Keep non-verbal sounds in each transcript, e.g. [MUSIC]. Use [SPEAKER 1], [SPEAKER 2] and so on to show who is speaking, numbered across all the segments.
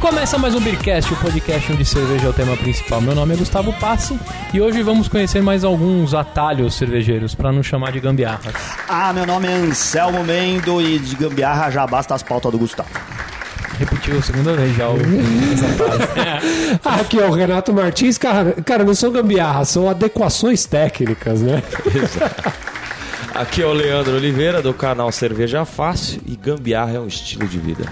[SPEAKER 1] Começa mais um Beercast, o podcast onde cerveja é o tema principal. Meu nome é Gustavo Passi e hoje vamos conhecer mais alguns atalhos cervejeiros, pra não chamar de gambiarras.
[SPEAKER 2] Ah, meu nome é Anselmo Mendo e de gambiarra já basta as pautas do Gustavo.
[SPEAKER 1] Repetiu a segunda vez já o... essa frase.
[SPEAKER 3] Aqui é o Renato Martins, cara, cara, não são gambiarras, são adequações técnicas, né?
[SPEAKER 4] Aqui é o Leandro Oliveira do canal Cerveja Fácil e gambiarra é um estilo de vida.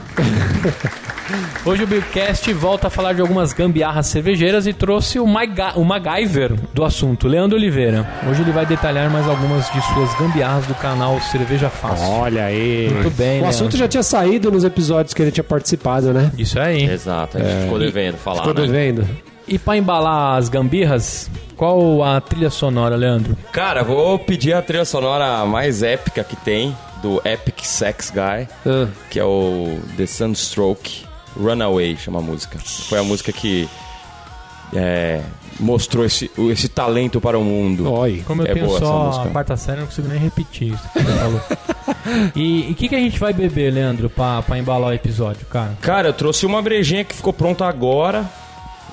[SPEAKER 1] Hoje o Beercast volta a falar de algumas gambiarras cervejeiras e trouxe o, Maga- o MacGyver do assunto, Leandro Oliveira. Hoje ele vai detalhar mais algumas de suas gambiarras do canal Cerveja Fácil.
[SPEAKER 3] Olha aí.
[SPEAKER 1] Muito bem,
[SPEAKER 3] O assunto já tinha saído nos episódios que ele tinha participado, né?
[SPEAKER 1] Isso aí.
[SPEAKER 4] Exato, a gente É. ficou devendo falar,
[SPEAKER 3] Tô
[SPEAKER 4] né?
[SPEAKER 3] vendo.
[SPEAKER 1] E pra embalar as gambirras, qual a trilha sonora, Leandro?
[SPEAKER 4] Cara, vou pedir a trilha sonora mais épica que tem, do Epic Sex Guy,
[SPEAKER 3] Ah,
[SPEAKER 4] que é o The Sunstroke Runaway, chama a música. Foi a música que é, mostrou esse, o- esse talento para o mundo.
[SPEAKER 3] Oi.
[SPEAKER 1] Como eu
[SPEAKER 4] É
[SPEAKER 1] tenho
[SPEAKER 4] boa essa
[SPEAKER 1] só
[SPEAKER 4] música.
[SPEAKER 1] a quarta série, eu não consigo nem repetir isso que você
[SPEAKER 4] [LAUGHS]
[SPEAKER 1] falou. E o que, que a gente vai beber, Leandro, pra, pra embalar o episódio, cara?
[SPEAKER 4] Cara, eu trouxe uma brejinha que ficou pronta agora,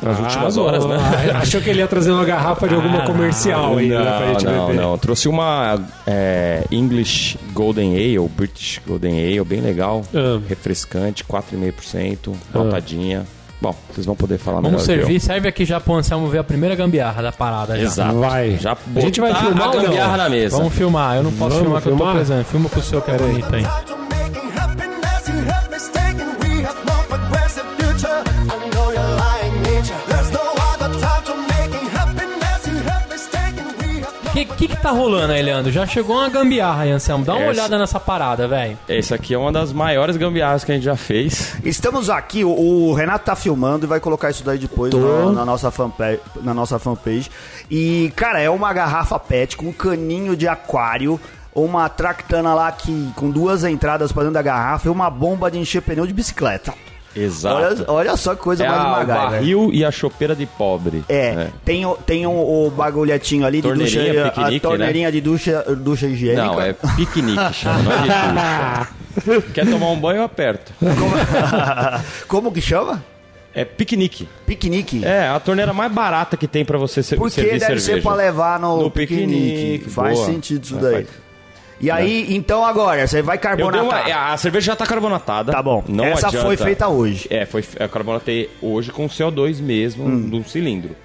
[SPEAKER 4] nas últimas
[SPEAKER 3] Ah,
[SPEAKER 4] horas, né?
[SPEAKER 3] ah, Achou que ele ia trazer uma garrafa de alguma
[SPEAKER 1] Ah,
[SPEAKER 3] comercial aí, né, pra gente
[SPEAKER 4] não,
[SPEAKER 3] beber.
[SPEAKER 4] não. Trouxe uma é, English Golden Ale, British Golden Ale, bem legal.
[SPEAKER 3] Ah.
[SPEAKER 4] Refrescante, 4,5%, notadinha. Bom, vocês vão poder falar
[SPEAKER 1] Vamos
[SPEAKER 4] melhor. que
[SPEAKER 1] servir, serve aqui já pro Anselmo ver a primeira gambiarra da parada.
[SPEAKER 4] eu.
[SPEAKER 1] já.
[SPEAKER 4] Exato.
[SPEAKER 3] Vai.
[SPEAKER 4] Já
[SPEAKER 3] A gente vai
[SPEAKER 4] botar
[SPEAKER 3] filmar
[SPEAKER 4] a
[SPEAKER 3] ou não?
[SPEAKER 4] gambiarra na mesa.
[SPEAKER 1] Vamos filmar, eu não posso filmar
[SPEAKER 3] Vamos
[SPEAKER 1] que eu tô
[SPEAKER 3] filmar?
[SPEAKER 1] presente. Filma com o seu que é bonito aí.
[SPEAKER 5] Try to make it happen as you have mistaken. We have no progressive future. I know you're lying nature. There's no other time to make it happen as you have mistaken. We have no
[SPEAKER 1] O que, que que tá rolando aí, Leandro? Já chegou uma gambiarra aí, Anselmo. Dá uma
[SPEAKER 4] Essa.
[SPEAKER 1] olhada nessa parada, velho.
[SPEAKER 4] Esse aqui é uma das maiores gambiarras que a gente já fez.
[SPEAKER 2] Estamos aqui, o, o Renato tá filmando e vai colocar isso daí depois na, na nossa fanpage, na nossa fanpage. E, cara, é uma garrafa PET com um caninho de aquário, uma tractana lá que, com duas entradas pra dentro da garrafa e uma bomba de encher pneu de bicicleta. Olha,
[SPEAKER 4] Exato.
[SPEAKER 2] olha só que coisa
[SPEAKER 4] Tá. é
[SPEAKER 2] mais
[SPEAKER 4] a, o
[SPEAKER 2] devagar. velho.
[SPEAKER 4] barril e a chopeira de pobre.
[SPEAKER 2] né? É,
[SPEAKER 4] né?
[SPEAKER 2] tem, o, tem o, o bagulhetinho ali de ducha,
[SPEAKER 4] Torneirinha,
[SPEAKER 2] a
[SPEAKER 4] piquenique, né?
[SPEAKER 2] torneirinha de ducha, ducha higiênica.
[SPEAKER 4] Não, é
[SPEAKER 2] [LAUGHS]
[SPEAKER 4] piquenique, chama. Não é de ducha. Quer tomar um banho, eu aperto.
[SPEAKER 2] Como que chama?
[SPEAKER 4] É piquenique.
[SPEAKER 2] Piquenique.
[SPEAKER 4] É, a torneira mais barata que tem pra você ser,
[SPEAKER 2] Porque
[SPEAKER 4] servir
[SPEAKER 2] deve ser
[SPEAKER 4] cerveja.
[SPEAKER 2] pra levar no,
[SPEAKER 4] No
[SPEAKER 2] piquenique.
[SPEAKER 4] piquenique,
[SPEAKER 2] Faz
[SPEAKER 4] boa.
[SPEAKER 2] sentido isso
[SPEAKER 4] É,
[SPEAKER 2] daí.
[SPEAKER 4] faz.
[SPEAKER 2] E aí, então agora, você vai
[SPEAKER 4] Eu dei uma,
[SPEAKER 2] carbonatar.
[SPEAKER 4] a cerveja já tá carbonatada.
[SPEAKER 2] Tá bom.
[SPEAKER 4] Não
[SPEAKER 2] Essa
[SPEAKER 4] adianta.
[SPEAKER 2] foi feita hoje.
[SPEAKER 4] É, foi, eu carbonatei hoje com CO2 mesmo,
[SPEAKER 2] Hum.
[SPEAKER 4] de um cilindro.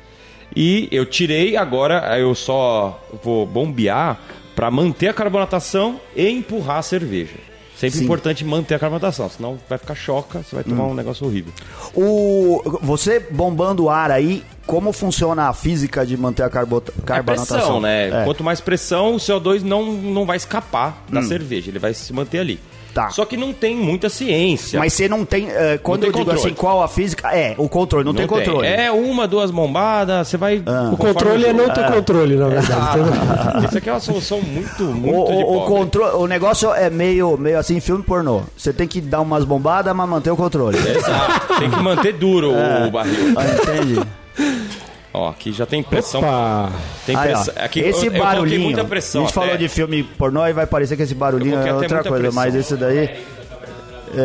[SPEAKER 4] E eu tirei, agora eu só vou bombear pra manter a carbonatação e empurrar a cerveja. Sempre
[SPEAKER 2] Sim. Hum.
[SPEAKER 4] importante manter a carbonatação, senão vai ficar choca, você vai tomar um negócio horrível.
[SPEAKER 2] É O, você bombando o ar aí, como funciona a física de manter a carbo,
[SPEAKER 4] É
[SPEAKER 2] carbonatação?
[SPEAKER 4] pressão, né?
[SPEAKER 2] É. Hum.
[SPEAKER 4] Quanto mais pressão, o CO2 não, não vai escapar da cerveja, ele vai se manter ali.
[SPEAKER 2] Tá.
[SPEAKER 4] Só que não tem muita ciência.
[SPEAKER 2] Mas você não tem. é, quando
[SPEAKER 4] tem
[SPEAKER 2] eu digo
[SPEAKER 4] controle.
[SPEAKER 2] assim, qual a física. É, o controle, não, tem controle. Ah.
[SPEAKER 4] É uma, duas bombadas, você vai.
[SPEAKER 3] O controle é não ter controle, na verdade. né?
[SPEAKER 4] [LAUGHS] Isso aqui é uma solução muito,
[SPEAKER 2] O,
[SPEAKER 4] muito de
[SPEAKER 2] o, o,
[SPEAKER 4] pobre.
[SPEAKER 2] contro- o negócio é meio, meio assim, filme pornô. Você tem que dar umas bombadas, mas manter o controle.
[SPEAKER 4] É. Exato. Tem que
[SPEAKER 2] [LAUGHS]
[SPEAKER 4] manter duro o barril.
[SPEAKER 2] Ah, entendi.
[SPEAKER 4] Ó, aqui já tem pressão.
[SPEAKER 3] Opa.
[SPEAKER 4] Tem
[SPEAKER 2] Aí, ó,
[SPEAKER 4] pressão. Aqui
[SPEAKER 2] esse
[SPEAKER 4] eu, eu coloquei
[SPEAKER 2] barulhinho.
[SPEAKER 4] muita pressão.
[SPEAKER 2] a gente falou
[SPEAKER 4] até.
[SPEAKER 2] de filme pornô e vai parecer que esse barulhinho
[SPEAKER 4] Eu coloquei
[SPEAKER 2] é
[SPEAKER 4] até
[SPEAKER 2] outra
[SPEAKER 4] muita
[SPEAKER 2] coisa,
[SPEAKER 4] pressão.
[SPEAKER 2] mas esse daí.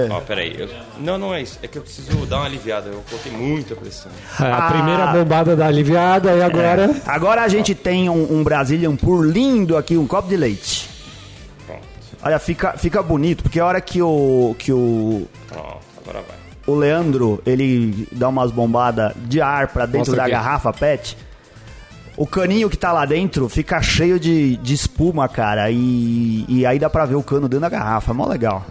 [SPEAKER 4] Ó, peraí. eu- Não, não é isso. É que eu preciso dar uma aliviada. Eu coloquei muita pressão.
[SPEAKER 3] É, a
[SPEAKER 2] Ah.
[SPEAKER 3] primeira bombada da aliviada e agora.
[SPEAKER 2] Agora a gente tem um, um Brazilian Pur lindo aqui, um copo de leite.
[SPEAKER 4] Pronto.
[SPEAKER 2] Olha, fica, fica bonito, porque a hora que o, que o,
[SPEAKER 4] Pronto. Agora vai.
[SPEAKER 2] o Leandro ele dá umas bombadas de ar pra dentro
[SPEAKER 3] Mostra
[SPEAKER 2] da
[SPEAKER 3] aqui.
[SPEAKER 2] garrafa PET, o caninho que tá lá dentro fica cheio de, de espuma, cara. E, e aí dá pra ver o cano dentro da garrafa. Mó legal.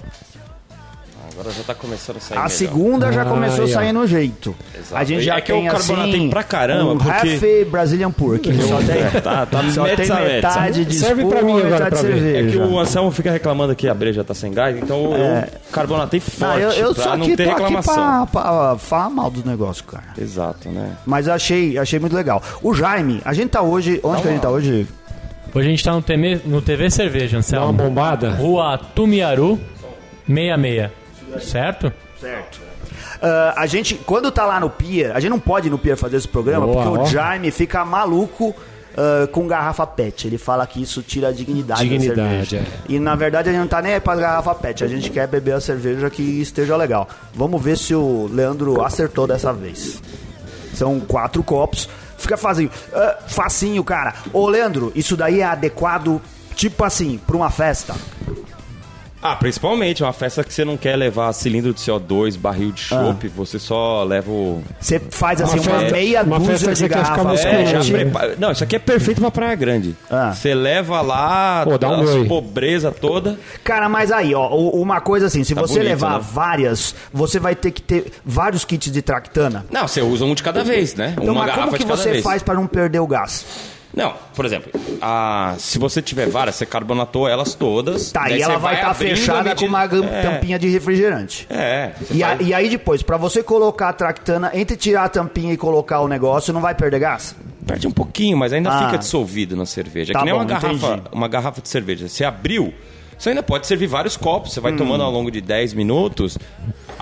[SPEAKER 4] Agora já tá começando a sair.
[SPEAKER 2] A
[SPEAKER 4] melhor.
[SPEAKER 2] segunda já
[SPEAKER 3] Ah,
[SPEAKER 2] começou
[SPEAKER 3] aí, ó.
[SPEAKER 2] saindo no jeito.
[SPEAKER 4] Exato.
[SPEAKER 2] A gente
[SPEAKER 4] E
[SPEAKER 2] já
[SPEAKER 4] é que eu
[SPEAKER 2] tem assim
[SPEAKER 4] carbonatei pra caramba,
[SPEAKER 2] um
[SPEAKER 4] porque-
[SPEAKER 2] half Brazilian Pur, que só tem,
[SPEAKER 4] Tá, tá
[SPEAKER 2] só
[SPEAKER 4] metza,
[SPEAKER 2] tem
[SPEAKER 4] metza.
[SPEAKER 2] metade de
[SPEAKER 3] Serve
[SPEAKER 2] espuma
[SPEAKER 3] pra mim
[SPEAKER 2] e
[SPEAKER 3] agora
[SPEAKER 2] metade de
[SPEAKER 3] pra ver.
[SPEAKER 2] cerveja.
[SPEAKER 4] É que o Anselmo fica reclamando que a breja tá sem gás, então eu carbonatei forte
[SPEAKER 2] Ah, É. eu, eu
[SPEAKER 4] pra
[SPEAKER 2] só
[SPEAKER 4] não
[SPEAKER 2] aqui,
[SPEAKER 4] ter
[SPEAKER 2] tô aqui
[SPEAKER 4] reclamação.
[SPEAKER 2] pra, pra falar mal dos negócios, cara.
[SPEAKER 4] Exato, né?
[SPEAKER 2] Mas achei, achei muito legal. O Jaime, a gente tá hoje... Onde que a gente tá hoje?
[SPEAKER 1] Hoje a gente tá no TV, no TV Cerveja,
[SPEAKER 3] Dá uma
[SPEAKER 1] Anselmo.
[SPEAKER 3] bombada.
[SPEAKER 1] Rua Tumiaru, 66. Certo?
[SPEAKER 2] Certo. Ah, a gente, quando tá lá no Pier, a gente não pode ir no Pier fazer esse programa,
[SPEAKER 3] Boa,
[SPEAKER 2] porque
[SPEAKER 3] ó.
[SPEAKER 2] o Jaime fica maluco ah, com garrafa pet. Ele fala que isso tira a dignidade, da
[SPEAKER 3] Dignidade, é.
[SPEAKER 2] cerveja. E na verdade a gente não tá nem aí pra garrafa pet, a gente quer beber a cerveja que esteja legal. Vamos ver se o Leandro acertou dessa vez. São quatro copos. Fica facinho. Ah, facinho, cara. Ô, Leandro, isso daí é adequado, tipo assim, pra uma festa?
[SPEAKER 4] Ah, principalmente, uma festa que você não quer levar cilindro de CO2, barril de
[SPEAKER 2] Ah.
[SPEAKER 4] chope, você só leva o.
[SPEAKER 2] Você faz assim uma,
[SPEAKER 3] Uma festa-
[SPEAKER 2] meia
[SPEAKER 3] uma
[SPEAKER 2] dúzia
[SPEAKER 3] festa que
[SPEAKER 2] de
[SPEAKER 3] você quer ficar
[SPEAKER 2] garrafa
[SPEAKER 3] musculoso.
[SPEAKER 4] É, já
[SPEAKER 2] pet.
[SPEAKER 4] prepara... Não, isso aqui é perfeito pra Praia Grande.
[SPEAKER 2] Tá né? Ah.
[SPEAKER 4] Você leva lá
[SPEAKER 3] Pô, dá um
[SPEAKER 4] as
[SPEAKER 3] oi.
[SPEAKER 4] pobreza toda.
[SPEAKER 2] Cara, mas aí, ó, u- uma coisa assim, se você
[SPEAKER 4] bonito,
[SPEAKER 2] levar
[SPEAKER 4] né?
[SPEAKER 2] várias, você vai ter que ter vários kits de tractana.
[SPEAKER 4] Não, você usa um de cada vez, né?
[SPEAKER 2] Então,
[SPEAKER 4] uma
[SPEAKER 2] mas
[SPEAKER 4] garrafa
[SPEAKER 2] como que
[SPEAKER 4] de cada
[SPEAKER 2] você
[SPEAKER 4] vez.
[SPEAKER 2] faz pra não perder o gás?
[SPEAKER 4] Não, por exemplo, a- se você tiver várias, você carbonatou elas todas.
[SPEAKER 2] Tá,
[SPEAKER 4] daí
[SPEAKER 2] e ela
[SPEAKER 4] você
[SPEAKER 2] vai estar
[SPEAKER 4] abrindo
[SPEAKER 2] fechada
[SPEAKER 4] à
[SPEAKER 2] com uma gam-
[SPEAKER 4] medida- é,
[SPEAKER 2] tampinha de refrigerante.
[SPEAKER 4] É, você
[SPEAKER 2] E, a-
[SPEAKER 4] faz-
[SPEAKER 2] e aí depois, pra você colocar a tractana, entre tirar a tampinha e colocar o negócio, não vai perder gás?
[SPEAKER 4] perde um pouquinho, mas ainda
[SPEAKER 2] Ah.
[SPEAKER 4] fica dissolvido na cerveja.
[SPEAKER 2] Tá
[SPEAKER 4] é que nem
[SPEAKER 2] bom,
[SPEAKER 4] uma, garrafa,
[SPEAKER 2] entendi.
[SPEAKER 4] uma garrafa de cerveja. Você abriu, você ainda pode servir vários copos. Você vai
[SPEAKER 2] Hum.
[SPEAKER 4] tomando ao longo de 10 minutos.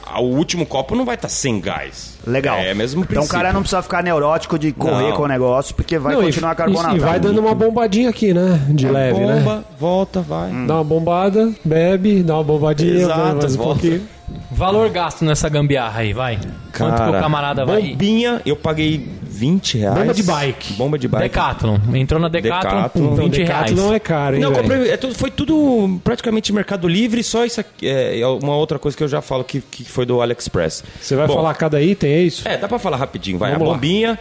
[SPEAKER 4] a- O último copo não vai estar sem gás.
[SPEAKER 2] Legal.
[SPEAKER 4] É mesmo o
[SPEAKER 2] Então o cara
[SPEAKER 4] princípio.
[SPEAKER 2] não precisa ficar neurótico de correr
[SPEAKER 4] Não.
[SPEAKER 2] com o negócio, porque vai
[SPEAKER 3] Não, e-
[SPEAKER 2] continuar carbonatado.
[SPEAKER 3] E vai dando uma bombadinha aqui, né? De leve, né?
[SPEAKER 4] Bomba, volta, vai.
[SPEAKER 2] Hum.
[SPEAKER 3] Hum. Dá uma bombada, bebe, dá uma bombadinha,
[SPEAKER 4] Exato,
[SPEAKER 3] bebe mais um
[SPEAKER 4] volta.
[SPEAKER 3] pouquinho.
[SPEAKER 1] Valor gasto nessa gambiarra aí, vai. Quanto que o camarada vai?
[SPEAKER 4] Bombinha, eu paguei 20 reais.
[SPEAKER 3] Bomba de bike.
[SPEAKER 4] Bomba de bike.
[SPEAKER 1] Decathlon. Entrou na Decathlon,
[SPEAKER 4] Decathlon.
[SPEAKER 1] pum,
[SPEAKER 4] Então,
[SPEAKER 1] 20 reais.
[SPEAKER 3] Decathlon é caro, hein,
[SPEAKER 4] Não, eu
[SPEAKER 3] velho?
[SPEAKER 4] comprei. é tudo- foi tudo praticamente Mercado Livre, só isso aqui. É, é uma outra coisa que eu já falo que, que foi do AliExpress.
[SPEAKER 3] Você vai
[SPEAKER 4] Bom,
[SPEAKER 3] falar cada item, é isso?
[SPEAKER 4] É, dá pra falar rapidinho, vai.
[SPEAKER 3] Vamos
[SPEAKER 4] a
[SPEAKER 3] lá.
[SPEAKER 4] bombinha.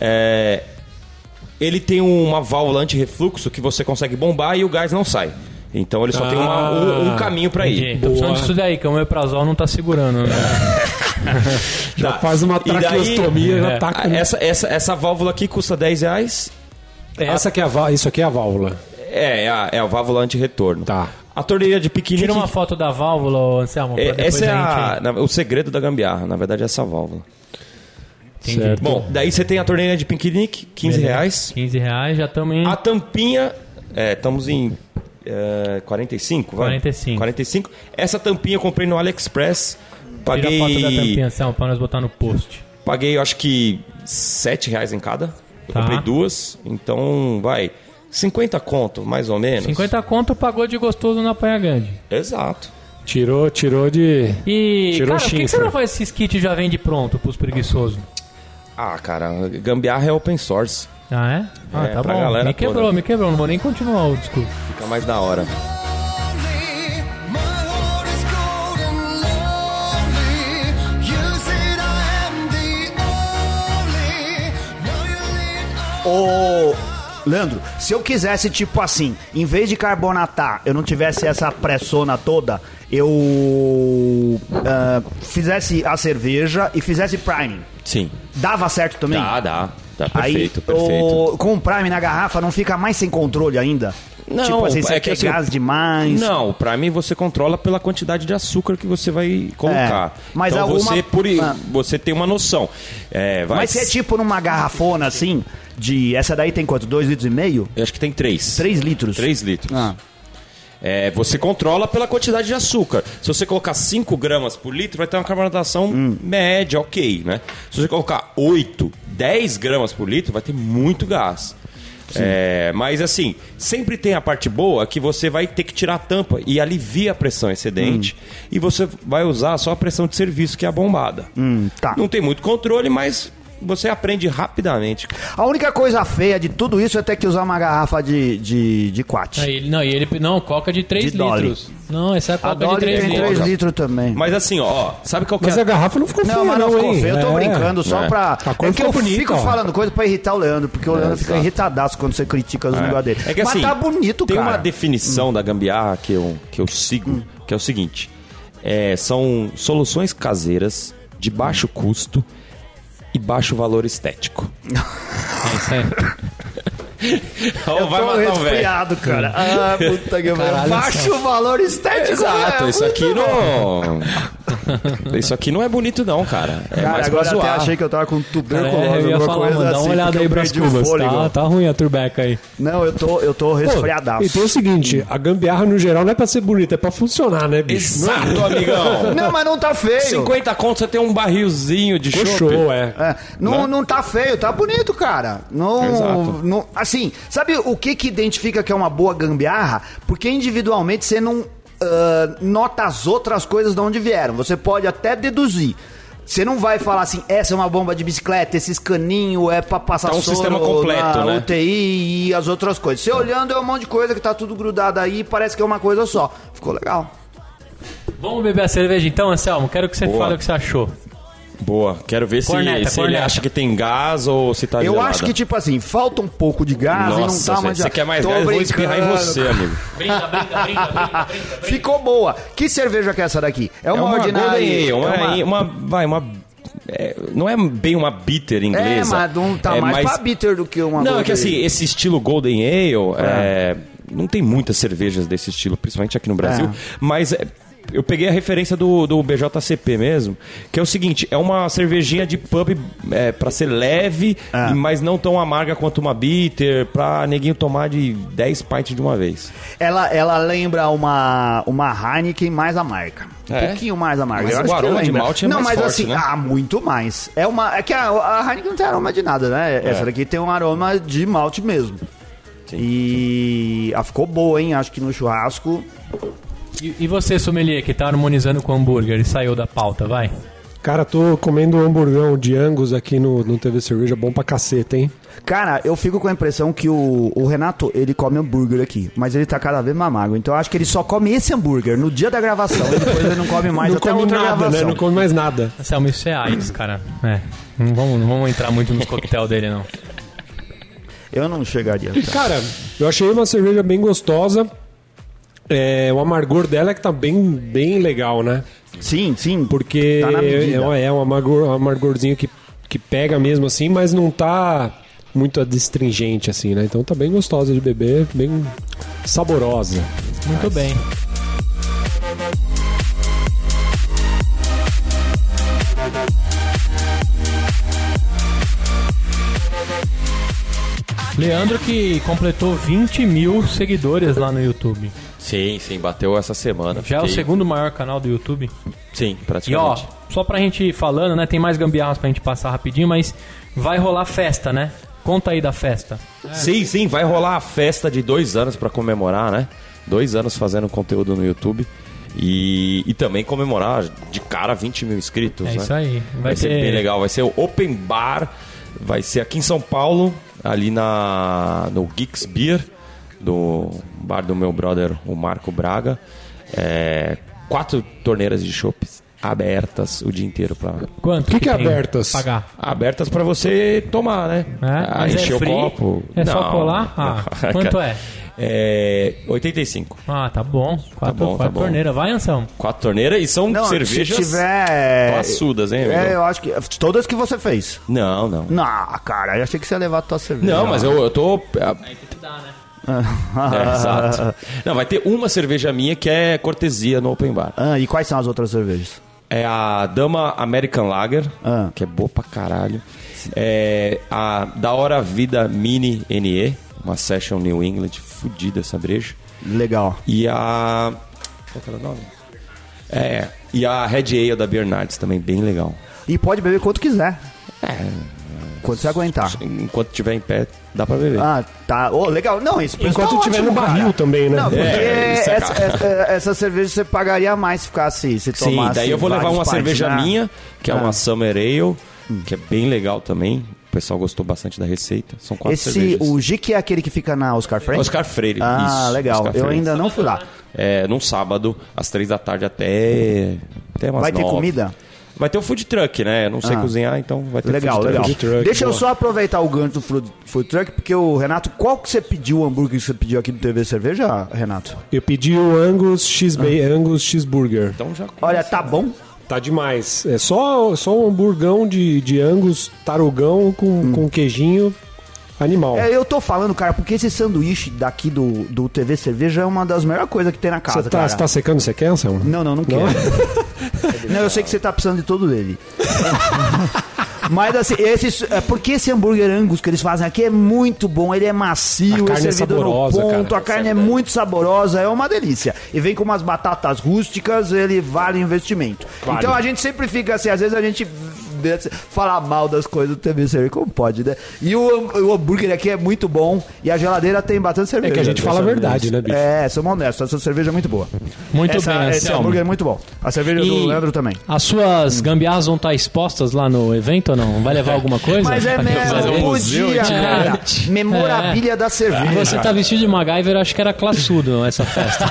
[SPEAKER 4] é, ele tem uma válvula anti-refluxo que você consegue bombar e o gás não sai. Então ele só tem uma- um, um caminho pra ir.
[SPEAKER 1] Ah, Entendi. Tô precisando
[SPEAKER 3] Boa.
[SPEAKER 1] disso daí, que o meu prazol não tá segurando, né?
[SPEAKER 4] [LAUGHS]
[SPEAKER 3] Já faz uma
[SPEAKER 4] E daí-
[SPEAKER 3] traqueostomia, já tá
[SPEAKER 1] É.
[SPEAKER 3] taca.
[SPEAKER 4] Ah, Essa, essa, essa válvula aqui custa 10 reais.
[SPEAKER 3] Essa que é a vá- Isso aqui é a válvula.
[SPEAKER 4] É, é a, é a válvula anti-retorno.
[SPEAKER 3] Tá.
[SPEAKER 4] A torneira de piquenique.
[SPEAKER 1] Tira uma foto da válvula, ô, Anselmo, pra
[SPEAKER 4] É,
[SPEAKER 1] depois
[SPEAKER 4] essa é
[SPEAKER 1] a
[SPEAKER 4] a-
[SPEAKER 1] gente...
[SPEAKER 4] na- o segredo da gambiarra, na verdade, é essa válvula.
[SPEAKER 1] Entendi.
[SPEAKER 3] Certo.
[SPEAKER 4] Bom, daí você tem a torneira de piquenique, 15 reais.
[SPEAKER 1] 15 reais, já estamos em...
[SPEAKER 4] A tampinha, é, estamos em é, 45, vai?
[SPEAKER 1] 45.
[SPEAKER 4] 45. Essa tampinha eu comprei no AliExpress.
[SPEAKER 1] Tira
[SPEAKER 4] Paguei,
[SPEAKER 1] a foto da tampinha, Anselmo, pra nós botar no post.
[SPEAKER 4] paguei, eu acho que 7 reais em cada. Eu
[SPEAKER 1] Tá.
[SPEAKER 4] comprei duas, então vai... 50 conto, mais ou menos.
[SPEAKER 1] 50 conto pagou de gostoso na Praia Grande.
[SPEAKER 4] Exato.
[SPEAKER 3] Tirou, tirou de.
[SPEAKER 1] E,
[SPEAKER 3] Tirou
[SPEAKER 1] cara, por que, que você
[SPEAKER 4] né?
[SPEAKER 3] chifre.
[SPEAKER 1] não faz esses kits e já vende pronto pros preguiçosos?
[SPEAKER 4] Ah, cara, gambiarra é open source.
[SPEAKER 1] Ah, é? Ah,
[SPEAKER 4] É,
[SPEAKER 1] tá
[SPEAKER 4] pra
[SPEAKER 1] bom.
[SPEAKER 4] galera
[SPEAKER 1] Me quebrou,
[SPEAKER 4] toda.
[SPEAKER 1] me quebrou. Não vou nem continuar o discurso.
[SPEAKER 4] Fica mais da hora.
[SPEAKER 5] My heart is cold and lonely. You said I am the only. Now you lean on.
[SPEAKER 2] Ô, Leandro, se eu quisesse, tipo assim, em vez de carbonatar, eu não tivesse essa pressona toda, eu ah, fizesse a cerveja e fizesse priming.
[SPEAKER 4] Sim.
[SPEAKER 2] Dava certo também?
[SPEAKER 4] Dá, dá. Tá
[SPEAKER 2] Aí,
[SPEAKER 4] perfeito, perfeito.
[SPEAKER 2] o- com o prime na garrafa, não fica mais sem controle ainda?
[SPEAKER 4] Não,
[SPEAKER 2] tipo assim, você
[SPEAKER 4] é que
[SPEAKER 2] quer
[SPEAKER 4] assim,
[SPEAKER 2] gás demais?
[SPEAKER 4] Não, pra mim você controla pela quantidade de açúcar que você vai colocar.
[SPEAKER 2] É, mas
[SPEAKER 4] então
[SPEAKER 2] alguma-
[SPEAKER 4] você, por, i-
[SPEAKER 2] Ah.
[SPEAKER 4] você tem uma noção. É, vai,
[SPEAKER 2] Mas se é tipo numa garrafona assim, de... Essa daí tem quanto? 2 litros e meio?
[SPEAKER 4] Eu acho que tem três.
[SPEAKER 2] 3 litros.
[SPEAKER 4] Três litros.
[SPEAKER 2] Ah.
[SPEAKER 4] É, você controla pela quantidade de açúcar. Se você colocar 5 gramas por litro, vai ter uma carbonatação
[SPEAKER 2] Hum.
[SPEAKER 4] média, ok, né? Se você colocar 8, 10 gramas por litro, vai ter muito gás. É, mas assim, sempre tem a parte boa que você vai ter que tirar a tampa e alivia a pressão excedente e você vai usar só a pressão de serviço, que é a bombada.
[SPEAKER 2] Hum, tá.
[SPEAKER 4] Não tem muito controle, mas você aprende rapidamente.
[SPEAKER 2] A única coisa feia de tudo isso é ter que usar uma garrafa de, de, de quat.
[SPEAKER 1] Aí, ele- não, e ele... Não, coca de 3
[SPEAKER 2] De Dolly.
[SPEAKER 1] litros. Não, essa é a
[SPEAKER 2] A
[SPEAKER 1] coca de
[SPEAKER 2] Dolly
[SPEAKER 1] 3
[SPEAKER 2] tem
[SPEAKER 1] litros.
[SPEAKER 2] 3 litros também.
[SPEAKER 4] Mas assim, ó, ó, sabe qual que
[SPEAKER 3] Mas
[SPEAKER 4] é
[SPEAKER 3] a garrafa não ficou feia,
[SPEAKER 2] não, mas não ficou
[SPEAKER 3] hein?
[SPEAKER 2] feio, eu tô
[SPEAKER 3] É.
[SPEAKER 2] brincando só
[SPEAKER 4] É.
[SPEAKER 2] pra.
[SPEAKER 3] A cor
[SPEAKER 2] É que eu
[SPEAKER 3] ficou bonita,
[SPEAKER 2] fico
[SPEAKER 3] ó.
[SPEAKER 2] falando coisa pra irritar o Leandro, porque o Leandro fica
[SPEAKER 4] exato.
[SPEAKER 2] irritadaço quando você critica os negócios dele.
[SPEAKER 4] É que
[SPEAKER 2] mas
[SPEAKER 4] assim,
[SPEAKER 2] tá bonito,
[SPEAKER 4] tem
[SPEAKER 2] cara. Hum.
[SPEAKER 4] uma definição da gambiarra que eu, que eu sigo, que é o seguinte: é, são soluções caseiras de
[SPEAKER 2] Hum.
[SPEAKER 4] baixo custo e baixo valor estético.
[SPEAKER 1] É isso aí.
[SPEAKER 4] Ou vai
[SPEAKER 2] Tô
[SPEAKER 4] matar o velho. é
[SPEAKER 2] resfriado, cara. Ah, puta que pariu. Baixo valor estético.
[SPEAKER 4] Exato,
[SPEAKER 2] é,
[SPEAKER 4] isso
[SPEAKER 2] muito
[SPEAKER 4] aqui
[SPEAKER 2] bom.
[SPEAKER 4] não. Isso aqui não é bonito, não, cara. É mais
[SPEAKER 2] Cara,
[SPEAKER 4] pra
[SPEAKER 2] agora eu até
[SPEAKER 4] zoar.
[SPEAKER 2] achei que eu tava com tuberculose,
[SPEAKER 1] É, eu ia
[SPEAKER 2] alguma
[SPEAKER 1] falar,
[SPEAKER 2] coisa
[SPEAKER 1] mano, dá
[SPEAKER 2] assim,
[SPEAKER 1] uma olhada
[SPEAKER 2] porque
[SPEAKER 1] aí
[SPEAKER 2] eu
[SPEAKER 1] pras
[SPEAKER 2] perdi o
[SPEAKER 1] cubas.
[SPEAKER 2] fôlego.
[SPEAKER 1] Tá, tá ruim a turbeca aí.
[SPEAKER 2] Não, eu tô, eu tô resfriadaço.
[SPEAKER 3] E tem o seguinte, a gambiarra no geral não é pra ser bonita, é pra funcionar, né, bicho? Não é-
[SPEAKER 4] Exato, amigão.
[SPEAKER 2] Não, mas não tá feio.
[SPEAKER 4] 50 conto, você tem um barrilzinho de
[SPEAKER 3] Ficou
[SPEAKER 4] chope.
[SPEAKER 3] show, é.
[SPEAKER 2] É, não,
[SPEAKER 4] Né?
[SPEAKER 2] não tá feio, tá bonito, cara. Não,
[SPEAKER 4] Exato.
[SPEAKER 2] não, assim, sabe o que que identifica que é uma boa gambiarra? Porque individualmente você não ah, nota as outras coisas de onde vieram. Você pode até deduzir. Você não vai falar assim, essa é uma bomba de bicicleta, esses caninhos é pra passar
[SPEAKER 4] Tá um
[SPEAKER 2] soro
[SPEAKER 4] sistema completo,
[SPEAKER 2] na
[SPEAKER 4] né?
[SPEAKER 2] UTI e as outras coisas. Você olhando é um monte de coisa que tá tudo grudado aí e parece que é uma coisa só. Ficou legal.
[SPEAKER 1] Vamos beber a cerveja então, Anselmo? Quero que você
[SPEAKER 4] Boa.
[SPEAKER 1] fale o que você achou.
[SPEAKER 4] Boa. Quero ver se,
[SPEAKER 1] Corneta,
[SPEAKER 4] se ele
[SPEAKER 1] corneta.
[SPEAKER 4] acha que tem gás ou se tá
[SPEAKER 2] Eu
[SPEAKER 4] gelada.
[SPEAKER 2] acho que, tipo assim, falta um pouco de gás e não
[SPEAKER 4] Nossa,
[SPEAKER 2] tá
[SPEAKER 4] velho,
[SPEAKER 2] mais...
[SPEAKER 4] você quer mais
[SPEAKER 2] Tô
[SPEAKER 4] gás? Eu vou espirrar em
[SPEAKER 2] brincando,
[SPEAKER 4] você, amigo.
[SPEAKER 1] Brinca, brinca, brinca, brinca, brinca.
[SPEAKER 2] Ficou boa. Que cerveja que é essa daqui? É uma, ordinária.
[SPEAKER 4] Golden Ale, uma,
[SPEAKER 2] é
[SPEAKER 4] uma, vai, uma... é, não é bem uma bitter
[SPEAKER 2] É,
[SPEAKER 4] inglesa.
[SPEAKER 2] mas não tá
[SPEAKER 4] é
[SPEAKER 2] mais, pra bitter do que uma Ah.
[SPEAKER 4] Não, é que
[SPEAKER 2] Golden
[SPEAKER 4] assim,
[SPEAKER 2] Ale.
[SPEAKER 4] esse estilo Golden Ale, é, não tem muitas cervejas desse estilo, principalmente aqui no Brasil,
[SPEAKER 2] É.
[SPEAKER 4] mas é, eu peguei a referência do, do BJCP mesmo, que é o seguinte, é uma cervejinha de pub é, para ser leve,
[SPEAKER 2] Ah.
[SPEAKER 4] e- mas não tão amarga quanto uma bitter, pra neguinho tomar de 10 pints de uma vez.
[SPEAKER 2] Ela, ela lembra uma, uma Heineken mais a marca. Um
[SPEAKER 4] É?
[SPEAKER 2] pouquinho mais a marca.
[SPEAKER 4] Mas
[SPEAKER 2] Eu
[SPEAKER 4] o
[SPEAKER 2] acho que
[SPEAKER 4] aroma de
[SPEAKER 2] lembra.
[SPEAKER 4] malte é
[SPEAKER 2] Não,
[SPEAKER 4] mais
[SPEAKER 2] mas
[SPEAKER 4] forte,
[SPEAKER 2] assim,
[SPEAKER 4] né?
[SPEAKER 2] ah, muito mais. É uma. É que a, a Heineken não tem aroma de nada, né? Essa daqui tem um aroma de malte mesmo.
[SPEAKER 4] É. Sim,
[SPEAKER 2] e ah, ficou boa, hein? Acho que no churrasco.
[SPEAKER 1] E, e você, sommelier, que tá harmonizando com o hambúrguer e saiu da pauta, vai.
[SPEAKER 3] Cara, tô comendo um hamburgão de Angus aqui no, no TV Cerveja, bom pra caceta, hein?
[SPEAKER 2] Cara, eu fico com a impressão que o, o Renato, ele come hambúrguer aqui, mas ele tá cada vez mais magro. Então eu acho que ele só come esse hambúrguer no dia da gravação e depois ele não come mais
[SPEAKER 3] [LAUGHS] não
[SPEAKER 2] até
[SPEAKER 3] come
[SPEAKER 2] outra
[SPEAKER 3] nada, né?
[SPEAKER 2] gravação.
[SPEAKER 3] Não come mais nada.
[SPEAKER 1] Anselmo, isso é AIDS, cara. É. Não vamos, não vamos entrar muito nos coquetel dele, não.
[SPEAKER 2] Eu não chegaria. tá?
[SPEAKER 3] Cara, eu achei uma cerveja bem gostosa. É, o amargor dela é que tá bem, bem legal, né?
[SPEAKER 2] Sim, sim.
[SPEAKER 3] Porque
[SPEAKER 2] Tá na medida.
[SPEAKER 3] é, uma- é um, amargor, um amargorzinho que, que pega mesmo assim, mas não tá muito adstringente assim, né? Então tá bem gostosa de beber, bem saborosa.
[SPEAKER 1] Muito bem. Leandro que completou 20 mil seguidores lá no YouTube.
[SPEAKER 4] sim, sim, bateu essa semana.
[SPEAKER 1] Já é o
[SPEAKER 4] Fiquei-
[SPEAKER 1] segundo maior canal do YouTube.
[SPEAKER 4] Sim,
[SPEAKER 1] E ó,
[SPEAKER 4] praticamente.
[SPEAKER 1] só pra gente ir falando, né? Tem mais gambiarras pra gente passar rapidinho, mas vai rolar festa, né? Conta aí da festa.
[SPEAKER 4] É. Sim, sim, vai rolar a festa de dois anos pra comemorar, né? Dois anos fazendo conteúdo no YouTube. E, e também comemorar de cara 20 mil inscritos.
[SPEAKER 1] É
[SPEAKER 4] né?
[SPEAKER 1] isso aí.
[SPEAKER 4] Vai,
[SPEAKER 1] Vai
[SPEAKER 4] ser
[SPEAKER 1] ter-
[SPEAKER 4] bem legal. Vai ser o Open Bar. Vai ser aqui em São Paulo, ali na no Geeks Beer, do bar do meu brother, o Marco Braga. É, quatro torneiras de chopps abertas o dia inteiro pra
[SPEAKER 1] Quanto?
[SPEAKER 3] O que que é abertas?
[SPEAKER 1] Pagar.
[SPEAKER 4] abertas pra você tomar, né?
[SPEAKER 1] É?
[SPEAKER 4] Ah,
[SPEAKER 1] Mas é
[SPEAKER 4] encher
[SPEAKER 1] free?
[SPEAKER 4] o copo.
[SPEAKER 1] É só colar?
[SPEAKER 4] [LAUGHS]
[SPEAKER 1] Ah, quanto é?
[SPEAKER 4] É 85.
[SPEAKER 1] Ah, tá bom. Quatro,
[SPEAKER 4] bom, tá
[SPEAKER 1] quatro
[SPEAKER 4] bom.
[SPEAKER 1] torneiras. Vai, Anselmo.
[SPEAKER 4] Quatro torneiras e são
[SPEAKER 2] Não,
[SPEAKER 4] cervejas.
[SPEAKER 2] se tiver...
[SPEAKER 4] classudas, hein, amigo?
[SPEAKER 2] É, eu acho que... Todas que você fez.
[SPEAKER 4] Não, não.
[SPEAKER 2] Não, cara, eu achei que você ia levar a tua cerveja.
[SPEAKER 4] Não, mas eu, eu tô. é,
[SPEAKER 2] [LAUGHS]
[SPEAKER 4] é,
[SPEAKER 2] Ah.
[SPEAKER 4] exato. Não, vai ter uma cerveja minha que é cortesia no Open Bar.
[SPEAKER 2] Ah, e quais são as outras cervejas?
[SPEAKER 4] É a Dama American Lager,
[SPEAKER 2] Ah.
[SPEAKER 4] que é boa pra caralho. É a Da Hora Vida Mini NE, uma Session New England, fudida essa breja.
[SPEAKER 2] Legal.
[SPEAKER 4] E a. Qual que era o nome? É. E a Red Ale da Bernardes também, bem legal.
[SPEAKER 2] E pode beber quanto quiser. É. Quando você aguentar.
[SPEAKER 4] Enquanto tiver em pé, dá pra beber.
[SPEAKER 2] Ah, tá. Ô, legal. Não, isso isso
[SPEAKER 3] Enquanto
[SPEAKER 2] tá
[SPEAKER 3] tiver
[SPEAKER 2] ótimo,
[SPEAKER 3] no
[SPEAKER 2] cara.
[SPEAKER 3] barril também, né?
[SPEAKER 2] Não, porque
[SPEAKER 4] É, isso é
[SPEAKER 2] essa,
[SPEAKER 4] caro.
[SPEAKER 2] essa, essa cerveja você pagaria mais se ficasse, se
[SPEAKER 4] Sim,
[SPEAKER 2] tomasse
[SPEAKER 4] daí eu vou levar
[SPEAKER 2] vários
[SPEAKER 4] uma
[SPEAKER 2] pints,
[SPEAKER 4] cerveja
[SPEAKER 2] né?
[SPEAKER 4] minha, que é
[SPEAKER 2] Ah.
[SPEAKER 4] uma Summer Ale, que é bem legal também. O pessoal gostou bastante da receita. São quatro
[SPEAKER 2] Esse,
[SPEAKER 4] cervejas.
[SPEAKER 2] o Jique é aquele que fica na Oscar Freire?
[SPEAKER 4] Oscar Freire.
[SPEAKER 2] Ah,
[SPEAKER 4] isso,
[SPEAKER 2] legal.
[SPEAKER 4] Oscar
[SPEAKER 2] eu
[SPEAKER 4] Freire.
[SPEAKER 2] ainda não fui lá.
[SPEAKER 4] É, num sábado, às três da tarde até. até umas
[SPEAKER 2] Vai ter
[SPEAKER 4] nove.
[SPEAKER 2] comida?
[SPEAKER 4] Vai ter o food truck, né? Eu não sei
[SPEAKER 2] Ah.
[SPEAKER 4] cozinhar, então vai ter
[SPEAKER 2] Legal,
[SPEAKER 4] food
[SPEAKER 2] legal.
[SPEAKER 4] truck.
[SPEAKER 3] truck,
[SPEAKER 2] Deixa eu
[SPEAKER 3] boa.
[SPEAKER 2] só aproveitar o gancho do food, food truck, porque o Renato, qual que você pediu o hambúrguer que você pediu aqui no TV Cerveja, Renato?
[SPEAKER 3] Eu pedi o Angus X Angus cheeseburger.
[SPEAKER 4] Então já
[SPEAKER 2] Olha, tá bom?
[SPEAKER 3] Tá demais. É só só um hamburgão de, de Angus tarugão com, com queijinho animal.
[SPEAKER 2] Hum. É, eu tô falando, cara, porque esse sanduíche daqui do, do TV Cerveja é uma das melhores coisas que tem na casa,
[SPEAKER 3] Você tá,
[SPEAKER 2] cara.
[SPEAKER 3] você tá secando, você quer, Anselmo?
[SPEAKER 2] Não, não, não quero. Não, eu sei que você tá precisando de todo ele. [LAUGHS] Mas assim, esses, é, porque esse hambúrguer Angus que eles fazem aqui é muito bom, ele é macio,
[SPEAKER 3] A carne
[SPEAKER 2] é
[SPEAKER 3] é
[SPEAKER 2] servido
[SPEAKER 3] saborosa,
[SPEAKER 2] no
[SPEAKER 3] cara.
[SPEAKER 2] ponto, a carne é muito saborosa, é uma delícia. E vem com umas batatas rústicas, ele vale o investimento. Então a gente sempre fica assim, às vezes a gente vê- assim, fala mal das coisas do TV Cerveja, como pode, né? E o, ham- o hambúrguer aqui é muito bom e a geladeira tem bastante cerveja.
[SPEAKER 3] É que a gente fala a verdade, né, bicho?
[SPEAKER 2] É, somos honestos, essa cerveja é muito boa.
[SPEAKER 1] Muito
[SPEAKER 2] Essa-
[SPEAKER 1] bem,
[SPEAKER 2] Esse
[SPEAKER 1] Anselmo.
[SPEAKER 2] hambúrguer é muito bom. A cerveja do
[SPEAKER 1] E
[SPEAKER 2] Leandro também.
[SPEAKER 1] As suas gambiarras vão estar expostas lá no evento ou não? Vai levar
[SPEAKER 2] [LAUGHS]
[SPEAKER 1] alguma coisa?
[SPEAKER 2] Mas é
[SPEAKER 1] Pra quem quiser
[SPEAKER 2] mesmo,
[SPEAKER 1] ver?
[SPEAKER 2] podia,
[SPEAKER 1] tipo
[SPEAKER 2] cara. [LAUGHS]
[SPEAKER 1] antigamente.
[SPEAKER 2] Memorabilia da cerveja.
[SPEAKER 1] né? Você tá vestido de MacGyver, acho que era classudo essa
[SPEAKER 2] [LAUGHS]
[SPEAKER 1] festa.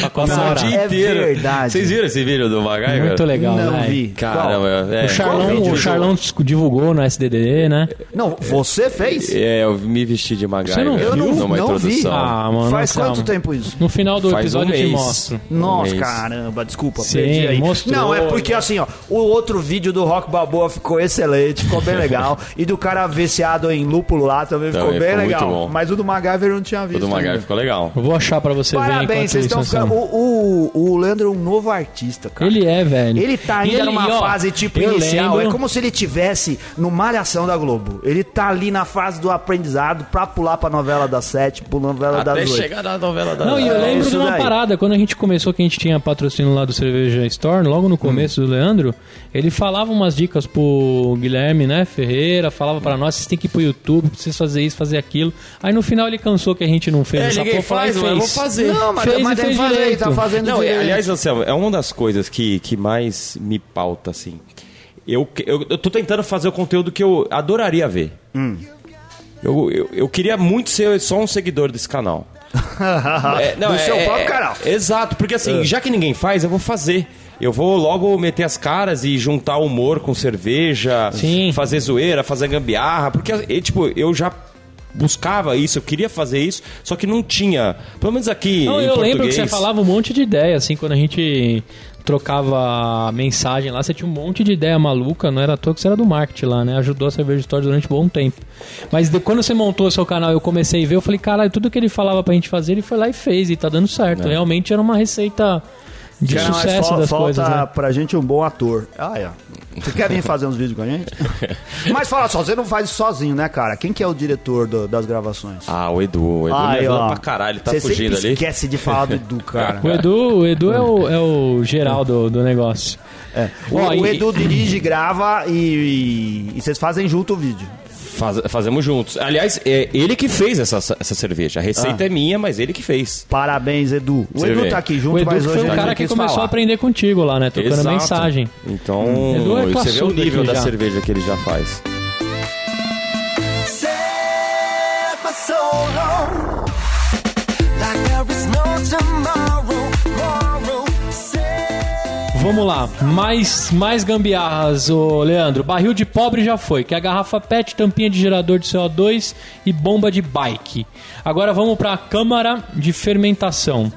[SPEAKER 1] Pra comemorar.
[SPEAKER 2] Cara, é verdade.
[SPEAKER 4] Vocês viram esse vídeo do Magai?
[SPEAKER 1] Muito legal,
[SPEAKER 2] Não
[SPEAKER 1] né?
[SPEAKER 2] vi.
[SPEAKER 4] Caramba, é.
[SPEAKER 1] O
[SPEAKER 2] Qual
[SPEAKER 1] Charlão,
[SPEAKER 2] vídeo?
[SPEAKER 1] o Charlão divulgou no SDDD, né?
[SPEAKER 2] Não, você fez?
[SPEAKER 4] É, eu me vesti de Magai.
[SPEAKER 1] Você não
[SPEAKER 2] Eu não,
[SPEAKER 4] Numa
[SPEAKER 2] não vi.
[SPEAKER 4] introdução.
[SPEAKER 1] Ah, mano,
[SPEAKER 2] Faz
[SPEAKER 1] calma.
[SPEAKER 2] quanto tempo isso?
[SPEAKER 1] No final do
[SPEAKER 4] Faz
[SPEAKER 1] episódio
[SPEAKER 4] um
[SPEAKER 1] eu te
[SPEAKER 4] mês.
[SPEAKER 1] mostro.
[SPEAKER 2] Nossa,
[SPEAKER 4] Um mês.
[SPEAKER 2] caramba, desculpa,
[SPEAKER 1] Sim,
[SPEAKER 2] perdi aí.
[SPEAKER 1] mostrou.
[SPEAKER 2] Não, é porque assim, ó, o outro vídeo do Rock Balboa ficou excelente, ficou bem
[SPEAKER 4] [LAUGHS]
[SPEAKER 2] legal. e do cara viciado em lúpulo lá também ficou
[SPEAKER 4] Também
[SPEAKER 2] bem
[SPEAKER 4] ficou
[SPEAKER 2] legal.
[SPEAKER 4] muito bom.
[SPEAKER 2] Mas o do MacGyver eu não tinha
[SPEAKER 4] O
[SPEAKER 2] visto.
[SPEAKER 4] do Magai
[SPEAKER 2] ainda.
[SPEAKER 4] ficou legal.
[SPEAKER 1] Eu vou achar pra você ver enquanto
[SPEAKER 2] Parabéns, vocês
[SPEAKER 1] isso. assim.
[SPEAKER 2] estão ficando.
[SPEAKER 1] Anselmo.
[SPEAKER 2] O, o, o Leandro é um novo artista, cara.
[SPEAKER 1] Ele é, velho.
[SPEAKER 2] Ele tá
[SPEAKER 1] E
[SPEAKER 2] ainda
[SPEAKER 1] ele-
[SPEAKER 2] numa
[SPEAKER 1] e, ó,
[SPEAKER 2] fase tipo
[SPEAKER 1] eu
[SPEAKER 2] inicial.
[SPEAKER 1] lembro-
[SPEAKER 2] É como se ele tivesse no Malhação da Globo. Ele tá ali na fase do aprendizado pra pular pra novela das sete, pra novela
[SPEAKER 4] Até
[SPEAKER 2] das oito.
[SPEAKER 4] chegar na novela da...
[SPEAKER 1] Não, e eu
[SPEAKER 2] É,
[SPEAKER 1] lembro
[SPEAKER 2] isso
[SPEAKER 1] de uma
[SPEAKER 2] daí.
[SPEAKER 1] parada, quando a gente começou, que a gente tinha patrocínio lá do Cerveja Store, logo no
[SPEAKER 4] Hum.
[SPEAKER 1] começo do Leandro, ele falava umas dicas pro Guilherme, né, Ferreira, falava pra nós, vocês têm que ir pro YouTube, precisa fazer isso, fazer aquilo. Aí no final ele cansou que a gente não fez
[SPEAKER 4] É,
[SPEAKER 1] essa
[SPEAKER 4] ninguém
[SPEAKER 1] porra,
[SPEAKER 4] faz,
[SPEAKER 1] e
[SPEAKER 4] mas
[SPEAKER 1] fez.
[SPEAKER 4] eu vou fazer.
[SPEAKER 2] Não, mas,
[SPEAKER 1] Fez
[SPEAKER 2] mas
[SPEAKER 1] e
[SPEAKER 2] tem que
[SPEAKER 1] fez
[SPEAKER 2] fazer,
[SPEAKER 1] direito.
[SPEAKER 2] tá fazendo
[SPEAKER 4] Não, é,
[SPEAKER 2] direito.
[SPEAKER 4] aliás, Anselmo, é uma das coisas que, que mais me pauta, assim. Eu, que- eu, eu tô tentando fazer o conteúdo que eu adoraria ver.
[SPEAKER 2] Hum.
[SPEAKER 4] Eu, eu, eu queria muito ser só um seguidor
[SPEAKER 2] [LAUGHS]
[SPEAKER 4] desse canal. É,
[SPEAKER 2] Do seu próprio canal. É.
[SPEAKER 4] Exato, porque assim, já que ninguém faz, eu vou fazer. Eu vou logo meter as caras e juntar humor com cerveja,
[SPEAKER 1] Sim.
[SPEAKER 4] fazer zoeira, fazer gambiarra, porque e, tipo, eu já buscava isso, eu queria fazer isso, só que não tinha. Pelo menos aqui
[SPEAKER 1] Não,
[SPEAKER 4] em
[SPEAKER 1] eu lembro que você
[SPEAKER 4] português.
[SPEAKER 1] falava um monte de ideia, assim, quando a gente trocava mensagem lá, você tinha um monte de ideia maluca, não era à toa que você era do marketing lá, né? Ajudou a Cerveja Store durante um bom tempo. Mas de- quando você montou o seu canal e eu comecei a ver, eu falei, caralho, tudo que ele falava pra gente fazer, ele foi lá e fez, e tá dando certo.
[SPEAKER 4] É.
[SPEAKER 1] Realmente era uma receita de
[SPEAKER 2] Cara, mas
[SPEAKER 1] sucesso
[SPEAKER 2] fal-
[SPEAKER 1] das
[SPEAKER 2] falta
[SPEAKER 1] coisas,
[SPEAKER 4] tá
[SPEAKER 1] né?
[SPEAKER 2] pra gente um bom ator. Ah, é. Você quer vir fazer uns vídeos com a
[SPEAKER 4] [LAUGHS]
[SPEAKER 2] gente? mas fala só, você não faz isso sozinho, né, cara? Quem que é o diretor do- das gravações?
[SPEAKER 4] Ah, o Edu. O Edu me
[SPEAKER 2] Ai,
[SPEAKER 4] ajuda
[SPEAKER 2] ó.
[SPEAKER 4] pra caralho, ele tá
[SPEAKER 2] Você
[SPEAKER 4] fugindo
[SPEAKER 2] sempre
[SPEAKER 4] ali.
[SPEAKER 2] esquece de falar do Edu,
[SPEAKER 4] [LAUGHS]
[SPEAKER 2] cara.
[SPEAKER 1] O Edu, o Edu é, o, é o geral do, do negócio.
[SPEAKER 2] O,
[SPEAKER 1] Ó,
[SPEAKER 2] o
[SPEAKER 1] e-
[SPEAKER 2] Edu dirige, grava e, e- e vocês fazem junto o vídeo.
[SPEAKER 4] Faz- fazemos juntos. Aliás, é ele que fez essa, essa cerveja. A
[SPEAKER 2] Ah.
[SPEAKER 4] receita é minha, mas ele que fez.
[SPEAKER 2] Parabéns, Edu. O
[SPEAKER 4] Você
[SPEAKER 2] Edu
[SPEAKER 4] vê.
[SPEAKER 2] tá aqui junto,
[SPEAKER 1] O Edu que
[SPEAKER 2] mas hoje
[SPEAKER 1] foi o
[SPEAKER 2] ele
[SPEAKER 1] cara
[SPEAKER 2] não
[SPEAKER 1] que
[SPEAKER 2] quis
[SPEAKER 1] começou a
[SPEAKER 2] falar.
[SPEAKER 1] aprender contigo lá, né? Trocando
[SPEAKER 4] Exato.
[SPEAKER 1] mensagem.
[SPEAKER 4] Então,
[SPEAKER 1] Edu é
[SPEAKER 4] você vê o
[SPEAKER 1] classudo
[SPEAKER 4] nível
[SPEAKER 1] aqui
[SPEAKER 4] da
[SPEAKER 1] já.
[SPEAKER 4] cerveja que ele já faz.
[SPEAKER 5] Sad for so long. Like there is no tomorrow, tomorrow. Sad
[SPEAKER 1] Vamos lá, mais, mais gambiarras, ô Leandro. Barril de pobre já foi, que é a garrafa PET, tampinha de gerador de CO2 e bomba de bike. Agora vamos para a câmara de fermentação.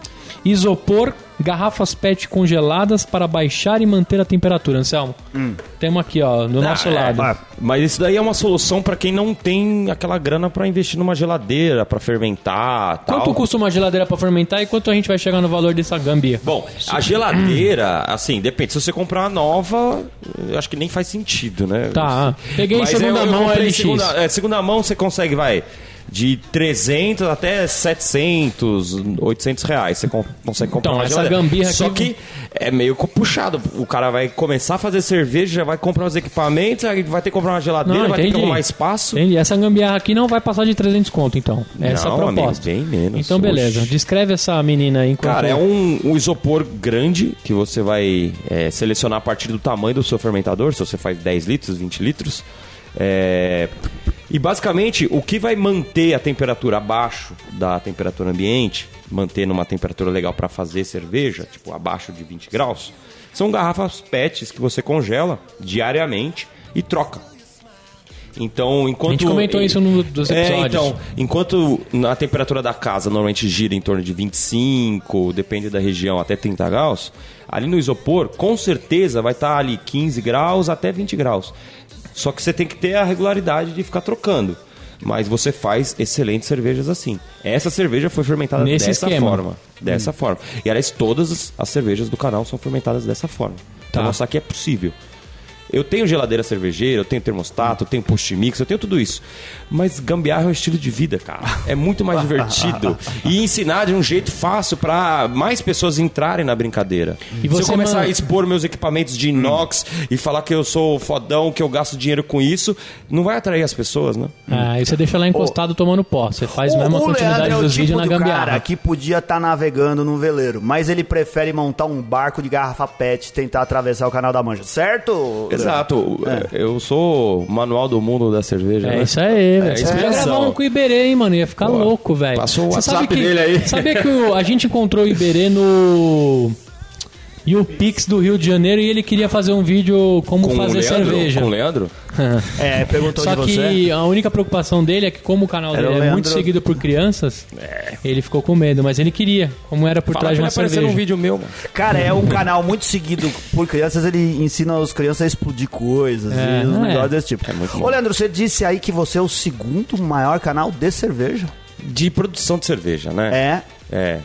[SPEAKER 1] Isopor, garrafas PET congeladas para baixar e manter a temperatura. Anselmo,
[SPEAKER 4] Hum.
[SPEAKER 1] temos aqui, ó, do nosso lado.
[SPEAKER 4] Ah, mas isso daí é uma solução pra quem não tem aquela grana pra investir numa geladeira, pra fermentar, tal.
[SPEAKER 1] Quanto custa uma geladeira para fermentar e quanto a gente vai chegar no valor dessa gambia?
[SPEAKER 4] Bom, a geladeira, assim, depende. Se você comprar uma nova, eu acho que nem faz sentido, né?
[SPEAKER 1] Tá. Peguei em segunda mão,
[SPEAKER 4] comprei
[SPEAKER 1] LX.
[SPEAKER 4] Segunda, é, segunda mão você consegue, vai, de 300 até 700, 800 reais. Você con- consegue comprar
[SPEAKER 1] Então,
[SPEAKER 4] uma
[SPEAKER 1] essa
[SPEAKER 4] geladeira.
[SPEAKER 1] gambirra
[SPEAKER 4] Só
[SPEAKER 1] aqui-
[SPEAKER 4] que é meio co- puxado. O cara vai começar a fazer cerveja, já vai comprar os equipamentos, aí vai ter que comprar uma geladeira, vai ter que arrumar espaço.
[SPEAKER 1] Entendi. Essa gambiarra aqui não vai passar de 300 conto, então. Essa é
[SPEAKER 4] Não,
[SPEAKER 1] a proposta.
[SPEAKER 4] amigo, bem menos.
[SPEAKER 1] Então, beleza.
[SPEAKER 4] Oxi.
[SPEAKER 1] Descreve essa menina aí enquanto...
[SPEAKER 4] Cara, é um, um isopor grande que você vai é, selecionar a partir do tamanho do seu fermentador, se você faz 10 litros, 20 litros. É, e basicamente, o que vai manter a temperatura abaixo da temperatura ambiente, manter numa temperatura legal para fazer cerveja, tipo abaixo de 20 graus, são garrafas PETs que você congela diariamente e troca. Então, enquanto.
[SPEAKER 1] A gente comentou isso num dos
[SPEAKER 4] É,
[SPEAKER 1] episódios.
[SPEAKER 4] então, Enquanto na temperatura da casa normalmente gira em torno de 25, depende da região, até 30 graus, ali no isopor, com certeza vai estar ali 15 graus até 20 graus. Só que você tem que ter a regularidade de ficar trocando. Mas você faz excelentes cervejas assim. Essa cerveja foi fermentada
[SPEAKER 1] Nesse
[SPEAKER 4] dessa
[SPEAKER 1] esquema. Hum.
[SPEAKER 4] forma. Dessa forma. E aliás, todas as- as cervejas do canal são fermentadas dessa forma.
[SPEAKER 1] Tá.
[SPEAKER 4] Pra mostrar que é possível. Eu tenho geladeira cervejeira, eu tenho termostato, eu tenho post-mix, eu tenho tudo isso. Mas gambiarra é um estilo de vida, cara. É muito mais divertido. E ensinar de um jeito fácil pra mais pessoas entrarem na brincadeira.
[SPEAKER 1] E você
[SPEAKER 4] Se eu começar
[SPEAKER 1] manda- Hum.
[SPEAKER 4] a expor meus equipamentos de inox e falar que eu sou fodão, que eu gasto dinheiro com isso, não vai atrair as pessoas, né?
[SPEAKER 1] Ah, e você deixa lá encostado tomando pó. Você faz
[SPEAKER 2] O-
[SPEAKER 1] mesmo a
[SPEAKER 2] o
[SPEAKER 1] continuidade
[SPEAKER 2] Leandro é o
[SPEAKER 1] dos
[SPEAKER 2] tipo
[SPEAKER 1] vídeos na
[SPEAKER 2] do
[SPEAKER 1] gambiarra.
[SPEAKER 2] cara que podia estar navegando num veleiro, mas ele prefere montar um barco de garrafa pet e tentar atravessar o canal da Mancha, certo?
[SPEAKER 1] É.
[SPEAKER 4] Exato. Eu sou o manual do mundo da cerveja.
[SPEAKER 1] É
[SPEAKER 4] né?
[SPEAKER 1] isso aí, velho. Você podia
[SPEAKER 4] inspiração.
[SPEAKER 1] gravar um com o Iberê, hein, mano? Ia ficar
[SPEAKER 4] Pô,
[SPEAKER 1] louco, velho.
[SPEAKER 4] passou o
[SPEAKER 1] Você sabe
[SPEAKER 4] WhatsApp
[SPEAKER 1] que-
[SPEAKER 4] dele aí.
[SPEAKER 1] Sabia que o- a gente encontrou o Iberê no... E o Pix do Rio de Janeiro e ele queria fazer um vídeo como
[SPEAKER 4] Com o
[SPEAKER 1] fazer
[SPEAKER 4] Leandro?
[SPEAKER 1] cerveja.
[SPEAKER 4] Com o Leandro?
[SPEAKER 2] É, é perguntou
[SPEAKER 1] Só
[SPEAKER 2] de
[SPEAKER 1] que
[SPEAKER 2] você.
[SPEAKER 1] a única preocupação dele é que como o canal
[SPEAKER 2] Era
[SPEAKER 1] dele
[SPEAKER 2] o
[SPEAKER 1] é muito
[SPEAKER 2] Leandro-
[SPEAKER 1] seguido por crianças, ele ficou com medo, mas ele queria, como era por
[SPEAKER 4] É. Fala
[SPEAKER 1] trás
[SPEAKER 4] pra
[SPEAKER 1] de
[SPEAKER 4] Ah, ele
[SPEAKER 1] uma
[SPEAKER 4] aparecer
[SPEAKER 1] cerveja.
[SPEAKER 4] num vídeo meu, mano.
[SPEAKER 2] Cara, é um canal muito seguido por crianças, ele ensina os crianças a explodir coisas
[SPEAKER 1] É,
[SPEAKER 2] e uns
[SPEAKER 1] não é.
[SPEAKER 2] negócios desse tipo.
[SPEAKER 4] É muito bom.
[SPEAKER 2] Ô, Leandro, você disse aí que você é o segundo maior canal de cerveja.
[SPEAKER 4] De produção de cerveja, né?
[SPEAKER 2] É.
[SPEAKER 4] É.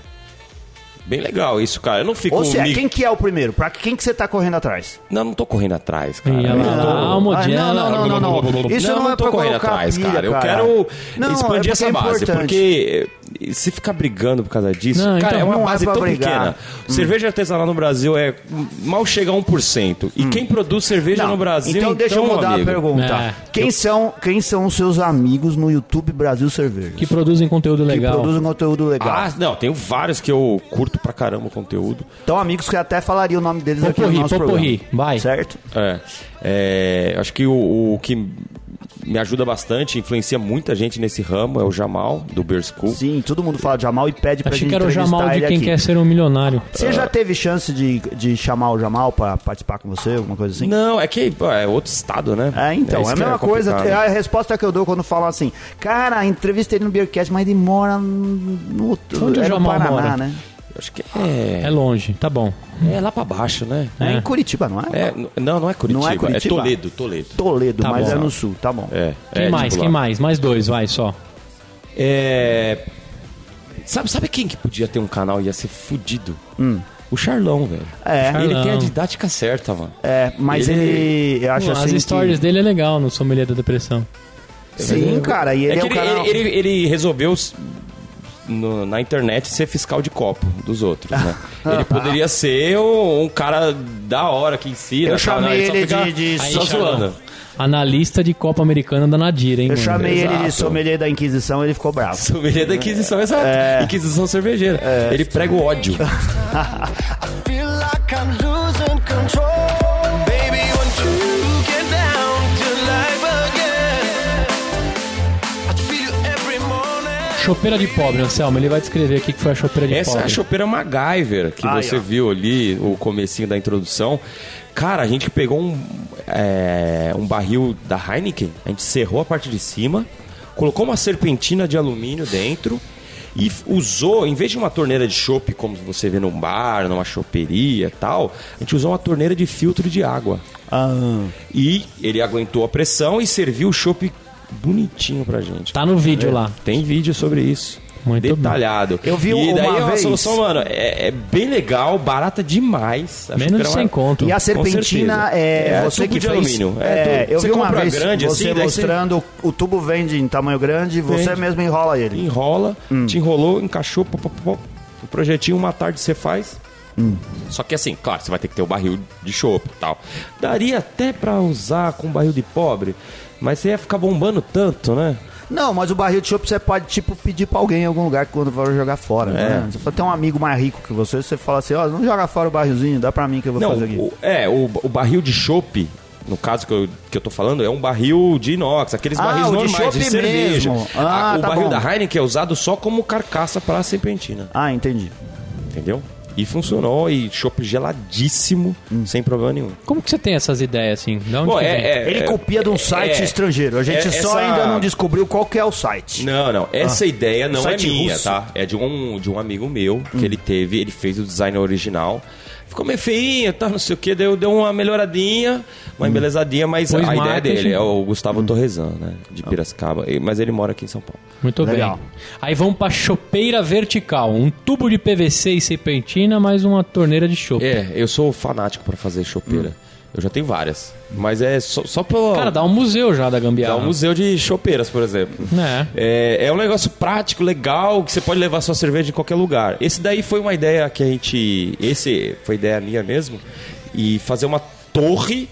[SPEAKER 4] Bem legal isso, cara. Eu não fico.
[SPEAKER 2] Ou seja,
[SPEAKER 4] me-
[SPEAKER 2] quem que é o primeiro? Pra quem que você tá correndo atrás?
[SPEAKER 4] Não, não tô correndo atrás, cara.
[SPEAKER 1] Ih, olha
[SPEAKER 4] Eu
[SPEAKER 1] lá.
[SPEAKER 4] tô-
[SPEAKER 1] Ah,
[SPEAKER 2] Ah,
[SPEAKER 1] Modena.
[SPEAKER 2] não, não, não, não. Isso não, é
[SPEAKER 4] tô
[SPEAKER 2] pra
[SPEAKER 4] correndo
[SPEAKER 2] colocar
[SPEAKER 4] atrás,
[SPEAKER 2] pilha,
[SPEAKER 4] cara. Eu
[SPEAKER 2] cara.
[SPEAKER 4] quero
[SPEAKER 2] Não, é porque
[SPEAKER 4] expandir
[SPEAKER 2] é
[SPEAKER 4] essa base,
[SPEAKER 2] importante.
[SPEAKER 4] porque eh, se ficar brigando por causa disso,
[SPEAKER 1] Não,
[SPEAKER 4] cara,
[SPEAKER 1] então,
[SPEAKER 4] é uma
[SPEAKER 2] não é
[SPEAKER 4] base
[SPEAKER 2] pra
[SPEAKER 4] tão
[SPEAKER 2] brigar. Hum.
[SPEAKER 4] pequena. Cerveja artesanal no Brasil é mal chega a 1%. E quem produz cerveja
[SPEAKER 2] Hum. Não,
[SPEAKER 4] no Brasil,
[SPEAKER 2] então deixa eu mudar
[SPEAKER 4] amigo,
[SPEAKER 2] a pergunta.
[SPEAKER 1] É.
[SPEAKER 2] Quem, são, quem são os seus amigos no YouTube Brasil Cerveja?
[SPEAKER 1] Que produzem conteúdo
[SPEAKER 2] Que
[SPEAKER 1] legal.
[SPEAKER 2] produzem conteúdo legal.
[SPEAKER 4] Ah, não, tenho vários que eu curto pra caramba o conteúdo.
[SPEAKER 2] Então, amigos que até falaria o nome deles aqui
[SPEAKER 1] Poporri,
[SPEAKER 2] no nosso
[SPEAKER 1] poporri,
[SPEAKER 2] programa.
[SPEAKER 1] vai.
[SPEAKER 2] Certo?
[SPEAKER 4] É, é, acho que o, o que me ajuda bastante, influencia muita gente nesse ramo, é o Jamal, do Beer School.
[SPEAKER 2] Sim, todo mundo fala de Jamal e pede pra
[SPEAKER 1] Achei
[SPEAKER 2] gente
[SPEAKER 1] que era o
[SPEAKER 2] entrevistar
[SPEAKER 1] Jamal de
[SPEAKER 2] ele
[SPEAKER 1] quem
[SPEAKER 2] aqui.
[SPEAKER 1] quer ser um milionário.
[SPEAKER 2] Você já teve chance de, de chamar o Jamal pra participar com você, alguma coisa assim?
[SPEAKER 4] Não, é que pô, é outro estado, né?
[SPEAKER 2] É, então, é,
[SPEAKER 4] isso
[SPEAKER 2] a
[SPEAKER 4] que
[SPEAKER 2] mesma coisa.
[SPEAKER 4] complicado.
[SPEAKER 2] É a resposta que eu dou quando falam assim, cara, entrevistei ele no Beercast, mas ele mora no outro
[SPEAKER 1] Onde o
[SPEAKER 2] é no
[SPEAKER 1] Jamal
[SPEAKER 2] Paraná,
[SPEAKER 1] mora?
[SPEAKER 2] né?
[SPEAKER 4] Acho que é,
[SPEAKER 1] É longe, tá bom.
[SPEAKER 4] é lá pra baixo, né?
[SPEAKER 2] É.
[SPEAKER 1] É.
[SPEAKER 2] em Curitiba, não é?
[SPEAKER 4] É, n- não, não é Curitiba,
[SPEAKER 2] Não é
[SPEAKER 4] é,
[SPEAKER 2] Curitiba?
[SPEAKER 4] Toledo, Toledo.
[SPEAKER 2] Toledo,
[SPEAKER 1] Tá
[SPEAKER 2] mas
[SPEAKER 1] bom.
[SPEAKER 2] é no sul, tá bom.
[SPEAKER 4] É,
[SPEAKER 1] Quem
[SPEAKER 4] é,
[SPEAKER 1] mais?
[SPEAKER 4] tipo lá.
[SPEAKER 1] Quem mais? Mais dois, vai só.
[SPEAKER 4] É, sabe, sabe quem que podia ter um canal e ia ser fudido? O Charlão, velho.
[SPEAKER 2] Hum. É.
[SPEAKER 4] Ele tem a
[SPEAKER 1] Charlão.
[SPEAKER 4] didática certa, mano.
[SPEAKER 2] É, mas ele,
[SPEAKER 4] Ele-
[SPEAKER 2] eu acho
[SPEAKER 1] Pô,
[SPEAKER 2] assim.
[SPEAKER 1] as stories
[SPEAKER 2] que...
[SPEAKER 1] dele é legal no Sommelier da Depressão.
[SPEAKER 2] Sim, cara, e
[SPEAKER 4] É
[SPEAKER 2] ele é, o
[SPEAKER 4] que ele,
[SPEAKER 2] cara.
[SPEAKER 4] ele, ele- ele resolveu s- no- na internet ser fiscal de copo dos outros,
[SPEAKER 2] [LAUGHS]
[SPEAKER 4] né? ele poderia ser um, um cara da hora que ensina.
[SPEAKER 2] Eu
[SPEAKER 4] tal, não,
[SPEAKER 2] chamei
[SPEAKER 4] só
[SPEAKER 2] ele
[SPEAKER 4] fica
[SPEAKER 2] de- de
[SPEAKER 4] Só
[SPEAKER 1] Charlão.
[SPEAKER 4] [LAUGHS] zoando.
[SPEAKER 1] Analista de Copa Americana da Nadira, hein,
[SPEAKER 2] Eu
[SPEAKER 1] mano?
[SPEAKER 2] chamei ele de
[SPEAKER 4] Exato.
[SPEAKER 2] sommelier da Inquisição, ele ficou bravo.
[SPEAKER 4] Sommelier é da Inquisição, exato.
[SPEAKER 2] É.
[SPEAKER 4] Inquisição cervejeira. Ele prega o ódio.
[SPEAKER 5] Feel like I'm losing control. Baby, want to get down to life again. I feel every morning.
[SPEAKER 1] Chopeira de pobre, Anselmo. Ele vai descrever aqui que foi a chopeira de
[SPEAKER 4] Essa é a
[SPEAKER 1] pobre.
[SPEAKER 4] chopeira MacGyver, que
[SPEAKER 2] Ai,
[SPEAKER 4] você
[SPEAKER 2] ó.
[SPEAKER 4] viu ali, o comecinho da introdução. Cara, a gente pegou um, é, um barril da Heineken, a gente serrou a parte de cima, colocou uma serpentina de alumínio dentro e f- usou, em vez de uma torneira de chope, como você vê num bar, numa choperia e tal, a gente usou uma torneira de filtro de água. E ele aguentou a pressão e serviu o chope bonitinho pra gente.
[SPEAKER 1] Tá no vídeo lá.
[SPEAKER 4] Tem vídeo sobre isso.
[SPEAKER 1] Muito bem.
[SPEAKER 4] detalhado.
[SPEAKER 2] Eu vi
[SPEAKER 4] e
[SPEAKER 2] uma
[SPEAKER 4] daí é uma
[SPEAKER 2] vez-
[SPEAKER 4] solução, mano, é, é bem legal, barata demais. Acho
[SPEAKER 1] Menos
[SPEAKER 4] que
[SPEAKER 1] de
[SPEAKER 4] era
[SPEAKER 1] 100 conto.
[SPEAKER 2] E a
[SPEAKER 4] certeza.
[SPEAKER 2] serpentina é,
[SPEAKER 4] É,
[SPEAKER 2] você
[SPEAKER 4] tubo
[SPEAKER 2] que
[SPEAKER 4] de
[SPEAKER 2] fez.
[SPEAKER 4] alumínio.
[SPEAKER 2] É,
[SPEAKER 4] É, tu-
[SPEAKER 2] eu
[SPEAKER 4] você
[SPEAKER 2] vi uma
[SPEAKER 4] compra
[SPEAKER 2] vez
[SPEAKER 4] grande,
[SPEAKER 2] você
[SPEAKER 4] assim, daí você-
[SPEAKER 2] mostrando o tubo vende em tamanho grande, você
[SPEAKER 4] Vende.
[SPEAKER 2] mesmo enrola ele.
[SPEAKER 4] Enrola,
[SPEAKER 2] Hum.
[SPEAKER 4] te enrolou, encaixou, pop, pop, pop. o projetinho uma tarde você faz.
[SPEAKER 2] Hum.
[SPEAKER 4] Só que assim, claro, você vai ter que ter o barril de chopp e tal. Daria até pra usar com barril de pobre, mas você ia ficar bombando tanto, né?
[SPEAKER 2] Não, mas o barril de chopp você pode tipo pedir pra alguém em algum lugar que quando for jogar fora,
[SPEAKER 4] É.
[SPEAKER 2] né? Você pode ter um amigo mais rico que você, você fala assim, ó, não joga fora o barrilzinho, dá pra mim que eu vou
[SPEAKER 4] Não,
[SPEAKER 2] fazer aqui.
[SPEAKER 4] o- é, o, o barril de chope, no caso que eu, que eu tô falando, é um barril de inox, aqueles
[SPEAKER 2] Ah,
[SPEAKER 4] barris
[SPEAKER 2] o de
[SPEAKER 4] normais de,
[SPEAKER 2] chope
[SPEAKER 4] cerveja.
[SPEAKER 2] mesmo. Ah,
[SPEAKER 4] A- o
[SPEAKER 2] tá
[SPEAKER 4] barril
[SPEAKER 2] bom.
[SPEAKER 4] da Heineken é usado só como carcaça pra serpentina,
[SPEAKER 2] Ah, entendi.
[SPEAKER 4] entendeu? E funcionou, e chope geladíssimo,
[SPEAKER 2] Hum.
[SPEAKER 4] sem problema nenhum.
[SPEAKER 1] Como que você tem essas ideias, assim? Da onde
[SPEAKER 4] Bom,
[SPEAKER 1] que
[SPEAKER 4] é-
[SPEAKER 1] vem?
[SPEAKER 4] é-
[SPEAKER 2] Ele
[SPEAKER 4] é-
[SPEAKER 2] copia de um site
[SPEAKER 4] é-
[SPEAKER 2] estrangeiro. A gente
[SPEAKER 4] é-
[SPEAKER 2] só
[SPEAKER 4] essa- Né.
[SPEAKER 2] ainda não descobriu qual que é o site.
[SPEAKER 4] Não, não. Essa ideia não é
[SPEAKER 2] site
[SPEAKER 4] minha,
[SPEAKER 2] russo.
[SPEAKER 4] tá? É de um, de um amigo meu que ele teve, ele fez o design original. Ficou meio feinho, tá? Não sei o que, deu, deu uma melhoradinha, uma embelezadinha, mas
[SPEAKER 1] Pois
[SPEAKER 4] a ideia
[SPEAKER 1] marketing.
[SPEAKER 4] dele é o Gustavo Torrezan, né? De Piracicaba. E- Mas ele mora aqui em São Paulo.
[SPEAKER 1] Muito
[SPEAKER 2] Legal.
[SPEAKER 1] bem. Aí vamos pra chopeira vertical. Um tubo de PVC e serpentina cafeína mais uma torneira de chopp.
[SPEAKER 4] É, eu sou fanático pra fazer chopeira. Eu já tenho várias. Mas é só, só pelo.
[SPEAKER 1] Cara, dá um museu já da gambiarra.
[SPEAKER 4] dá um museu de chopeiras, por exemplo.
[SPEAKER 1] É.
[SPEAKER 4] É, é um negócio prático, legal, que você pode levar sua cerveja em qualquer lugar. Esse daí foi uma ideia que a gente. Esse foi ideia minha mesmo. E fazer uma torre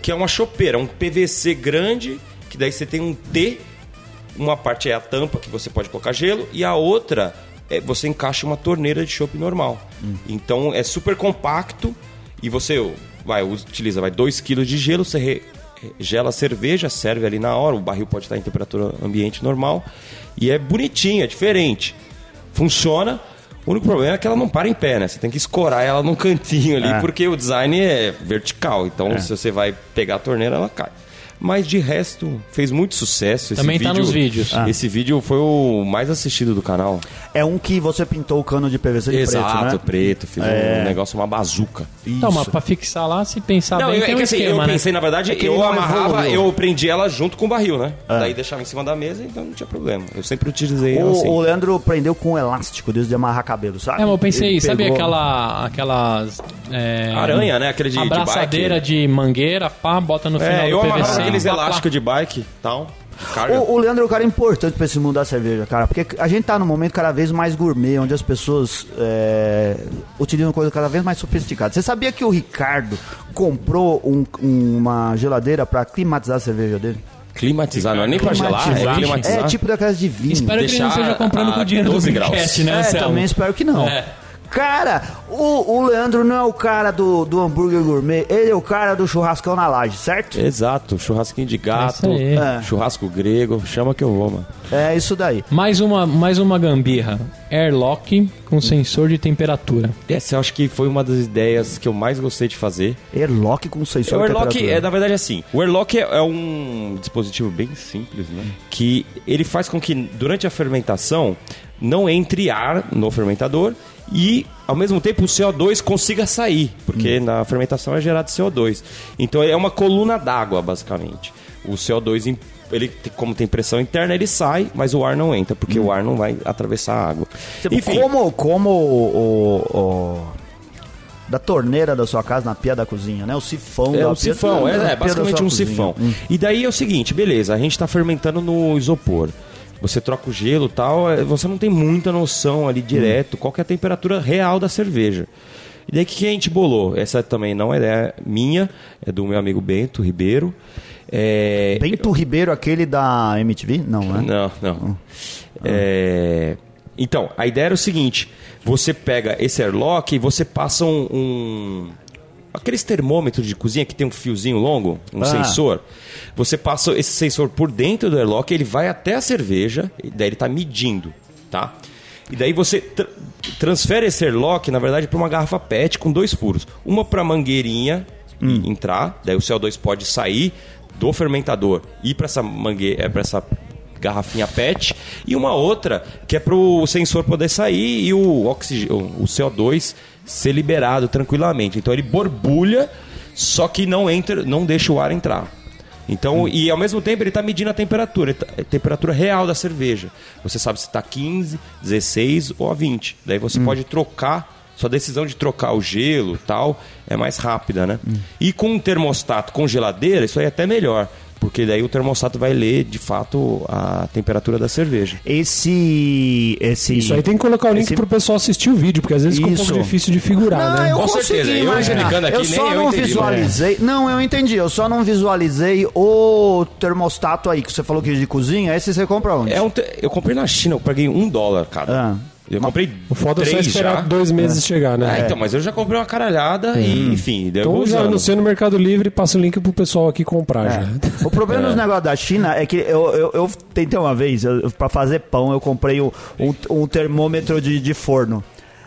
[SPEAKER 4] que é uma chopeira, um PVC grande, que daí você tem um T, uma parte é a tampa que você pode colocar gelo, e a outra é você encaixa uma torneira de chopp normal. Então é super compacto e você vai, utiliza vai 2 kg de gelo, você re- gela a cerveja, serve ali na hora, o barril pode estar em temperatura ambiente normal, e é bonitinho, é diferente. Funciona. O único problema é que ela não para em pé, né? Você tem que escorar ela num cantinho ali,
[SPEAKER 2] É.
[SPEAKER 4] porque porque o design é vertical, então se você vai pegar a torneira, ela cai. Mas de resto, fez muito sucesso. Esse
[SPEAKER 1] Também tá
[SPEAKER 4] vídeo,
[SPEAKER 1] nos vídeos.
[SPEAKER 4] Ah. Esse vídeo foi o mais assistido do canal.
[SPEAKER 2] É um que você pintou o cano de PVC de
[SPEAKER 4] Exato, Tá,
[SPEAKER 2] preto, né?
[SPEAKER 4] preto, fiz
[SPEAKER 2] É.
[SPEAKER 4] um negócio, uma bazuca.
[SPEAKER 1] Então, mas pra fixar lá, se pensar
[SPEAKER 4] Não,
[SPEAKER 1] bem,
[SPEAKER 4] eu, é
[SPEAKER 1] tem um
[SPEAKER 4] que assim,
[SPEAKER 1] esquema,
[SPEAKER 4] eu
[SPEAKER 1] né?
[SPEAKER 4] pensei, na verdade,
[SPEAKER 2] É que ele
[SPEAKER 4] eu
[SPEAKER 2] não
[SPEAKER 4] amarrava,
[SPEAKER 2] evoluiu.
[SPEAKER 4] eu prendi ela junto com o barril, né? Daí deixava em cima da mesa, então não tinha problema. Eu sempre utilizei ela
[SPEAKER 2] O,
[SPEAKER 4] assim.
[SPEAKER 2] o Leandro prendeu com um elástico desde de amarrar cabelo, sabe?
[SPEAKER 1] É, mas eu pensei,
[SPEAKER 2] Ele
[SPEAKER 1] sabe
[SPEAKER 2] pegou-
[SPEAKER 1] aquela. aquelas. é,
[SPEAKER 4] Aranha, né? Aquele de, de
[SPEAKER 1] abraçadeira
[SPEAKER 4] bike.
[SPEAKER 1] de, mangueira, pá, bota no final
[SPEAKER 4] É, eu
[SPEAKER 1] do
[SPEAKER 4] amarrava
[SPEAKER 1] PVC.
[SPEAKER 4] aqueles
[SPEAKER 1] pá, pá.
[SPEAKER 4] elásticos de bike tal. de Carga.
[SPEAKER 2] O, o Leandro é um cara importante pra esse mundo da cerveja, cara. Porque a gente tá num momento cada vez mais gourmet, onde as pessoas é, utilizam coisas cada vez mais sofisticadas. Você sabia que o Ricardo comprou um- uma geladeira pra climatizar a cerveja dele?
[SPEAKER 4] Climatizar, não é nem pra gelar, é
[SPEAKER 1] Climatizar.
[SPEAKER 4] climatizar.
[SPEAKER 2] É tipo daquelas de vinho.
[SPEAKER 1] Espero que ele não
[SPEAKER 4] Deixar
[SPEAKER 1] esteja comprando
[SPEAKER 4] a
[SPEAKER 1] com o dinheiro do
[SPEAKER 4] 12 graus.
[SPEAKER 1] Brinquete, né,
[SPEAKER 2] É,
[SPEAKER 1] Anselmo?
[SPEAKER 2] também espero que não.
[SPEAKER 1] É.
[SPEAKER 2] Cara, o, o Leandro não é o cara do, do hambúrguer gourmet, ele é o cara do churrascão na laje, certo?
[SPEAKER 4] Exato, churrasquinho de gato,
[SPEAKER 1] É isso
[SPEAKER 2] aí. É.
[SPEAKER 4] churrasco grego, chama que eu vou, mano.
[SPEAKER 2] É isso daí.
[SPEAKER 1] Mais uma, mais uma gambirra. Airlock com sensor de temperatura.
[SPEAKER 4] Essa eu acho que foi uma das ideias que eu mais gostei de fazer.
[SPEAKER 2] Airlock com sensor
[SPEAKER 4] o airlock,
[SPEAKER 2] temperatura.
[SPEAKER 4] é, na verdade, assim, o airlock é, é um dispositivo bem simples, né? Que ele faz com que, durante a fermentação, não entre ar no fermentador e, ao mesmo tempo, o CO2 consiga sair, porque na fermentação é gerado CO2. Então, é uma coluna d'água, basicamente. O CO2, em- ele, tem- como tem pressão interna, ele sai, mas o ar não entra, porque o ar não vai atravessar a água.
[SPEAKER 2] Tipo, Como, como o, o- o- Da torneira da sua casa na pia da cozinha, né? O sifão né?
[SPEAKER 4] É
[SPEAKER 2] da
[SPEAKER 4] um
[SPEAKER 2] pia-
[SPEAKER 4] sifão,
[SPEAKER 2] da pia
[SPEAKER 4] é, é
[SPEAKER 2] da
[SPEAKER 4] basicamente
[SPEAKER 2] sua
[SPEAKER 4] um
[SPEAKER 2] cozinha.
[SPEAKER 4] sifão.
[SPEAKER 2] Hum.
[SPEAKER 4] E daí é o seguinte, beleza, a gente tá fermentando no isopor. Você troca o gelo e tal, é, você não tem muita noção ali direto qual que é a temperatura real da cerveja. E daí o que, que a gente bolou? Essa também não é ideia minha, é do meu amigo Bento Ribeiro. É,
[SPEAKER 2] Bento Ribeiro, aquele da MTV? Não, né?
[SPEAKER 4] não, não. É, Então, a ideia era o seguinte: você pega esse airlock e você passa um. um- Aqueles termômetros de cozinha que tem um fiozinho longo, um
[SPEAKER 2] Ah.
[SPEAKER 4] sensor. Você passa esse sensor por dentro do airlock, ele vai até a cerveja, e daí ele tá medindo, tá? E daí você tra- transfere esse airlock, na verdade, para uma garrafa PET com dois furos. Uma para mangueirinha
[SPEAKER 2] Hum.
[SPEAKER 4] entrar, daí o CO2 pode sair do fermentador e para essa mangueira, para essa garrafinha PET, e uma outra que é para o sensor poder sair e o oxigênio, o CO2 ser liberado tranquilamente. Então ele borbulha, só que não entra, não deixa o ar entrar. Então, e ao mesmo tempo ele tá medindo a temperatura, tá- a temperatura real da cerveja. Você sabe se tá 15, 16 ou a 20. Daí você pode trocar, sua decisão de trocar o gelo, tal, é mais rápida, né?
[SPEAKER 3] Hum.
[SPEAKER 4] E com um termostato com geladeira, isso aí é até melhor, porque daí o termostato vai ler de fato a temperatura da cerveja.
[SPEAKER 2] Esse. Esse.
[SPEAKER 3] Isso aí tem que colocar o link
[SPEAKER 2] Esse-
[SPEAKER 3] pro pessoal assistir o vídeo, porque às vezes fica um
[SPEAKER 2] Isso.
[SPEAKER 3] pouco difícil de figurar,
[SPEAKER 2] Não,
[SPEAKER 3] né?
[SPEAKER 2] eu
[SPEAKER 4] Com
[SPEAKER 2] consegui
[SPEAKER 4] certeza, eu
[SPEAKER 2] imaginar. É.
[SPEAKER 4] explicando aqui,
[SPEAKER 2] eu
[SPEAKER 4] nem
[SPEAKER 2] só
[SPEAKER 4] eu
[SPEAKER 2] não
[SPEAKER 4] entendi,
[SPEAKER 2] visualizei. Não, eu entendi. Eu só não visualizei o termostato aí que você falou que é de cozinha. Esse você compra onde?
[SPEAKER 4] É um te- Eu comprei na China, eu paguei um dólar,
[SPEAKER 2] Ah.
[SPEAKER 4] cara. Eu comprei
[SPEAKER 3] O foda é só
[SPEAKER 4] três
[SPEAKER 3] esperar
[SPEAKER 4] já.
[SPEAKER 3] dois
[SPEAKER 2] É.
[SPEAKER 3] meses chegar, né?
[SPEAKER 4] Ah, então, mas eu já comprei uma caralhada e, enfim, daí eu
[SPEAKER 3] Então
[SPEAKER 4] vou
[SPEAKER 3] já
[SPEAKER 4] usando.
[SPEAKER 3] anuncia no Mercado Livre e passa o link pro pessoal aqui comprar
[SPEAKER 2] É.
[SPEAKER 3] já. [LAUGHS]
[SPEAKER 2] O problema dos negócios da China é que eu, eu, eu tentei uma vez, eu, pra fazer pão, eu comprei um, um- um termômetro de, de forno.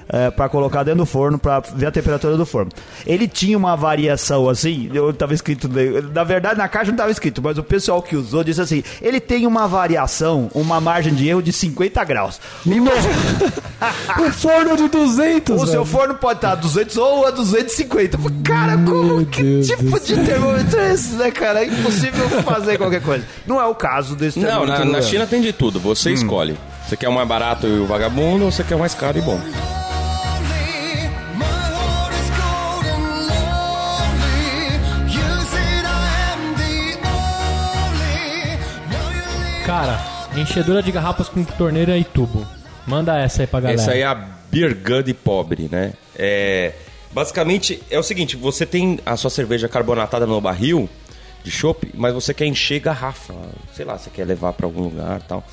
[SPEAKER 2] É, para colocar dentro do forno, pra ver a temperatura do forno. Ele tinha uma variação assim, eu tava escrito. ne- Na verdade, na caixa não tava escrito, mas o pessoal que usou disse assim: ele tem uma variação, uma margem de erro de 50 graus.
[SPEAKER 3] Um forno de 200,
[SPEAKER 2] O seu
[SPEAKER 3] velho.
[SPEAKER 2] forno pode estar a 200 ou a 250. Eu falei, Cara, como
[SPEAKER 3] Meu
[SPEAKER 2] que
[SPEAKER 3] Deus
[SPEAKER 2] tipo
[SPEAKER 3] do
[SPEAKER 2] de termômetro é esse, né, cara? É
[SPEAKER 3] [LAUGHS]
[SPEAKER 2] impossível fazer qualquer coisa. Não é o caso desse
[SPEAKER 4] Não,
[SPEAKER 2] termômetro.
[SPEAKER 4] na, na
[SPEAKER 2] né?
[SPEAKER 4] China tem de tudo. Você
[SPEAKER 3] Hum.
[SPEAKER 4] escolhe. Você quer o mais barato e o vagabundo ou você quer o mais caro e bom?
[SPEAKER 5] lonely.
[SPEAKER 1] Cara, enchedura de garrafas com torneira e tubo. Manda essa aí pra galera.
[SPEAKER 4] Essa aí é a beer de pobre, né? É, basicamente é o seguinte, você tem a sua cerveja carbonatada no barril de chopp, mas você quer encher garrafa, sei lá, você quer levar pra algum lugar, tal.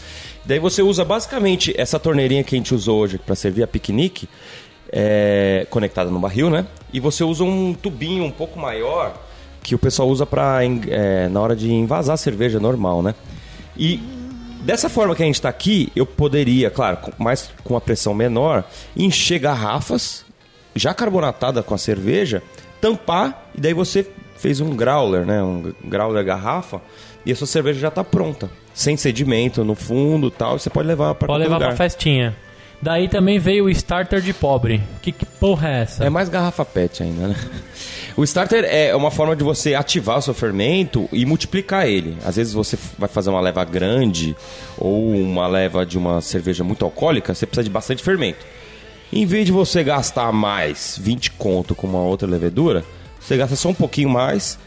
[SPEAKER 4] Daí você usa basicamente essa torneirinha que a gente usou hoje pra servir a piquenique, é, conectada no barril, né? E você usa um tubinho um pouco maior que o pessoal usa para na hora de envasar a cerveja normal, né? E dessa forma que a gente está aqui, eu poderia, claro, com- mas com uma pressão menor, encher garrafas já carbonatada com a cerveja, tampar e daí você fez um growler, né? Um growler garrafa e a sua cerveja já está pronta, sem sedimento no fundo, tal. e Você pode levar para
[SPEAKER 1] Pode levar
[SPEAKER 4] lugar.
[SPEAKER 1] pra festinha. Daí também veio o starter de pobre. Que, que porra é essa?
[SPEAKER 4] É mais garrafa pet ainda, né? O starter é uma forma de você ativar o seu fermento e multiplicar ele. Às vezes você f- vai fazer uma leva grande ou uma leva de uma cerveja muito alcoólica, você precisa de bastante fermento. Em vez de você gastar mais 20 conto com uma outra levedura, você gasta só um pouquinho mais,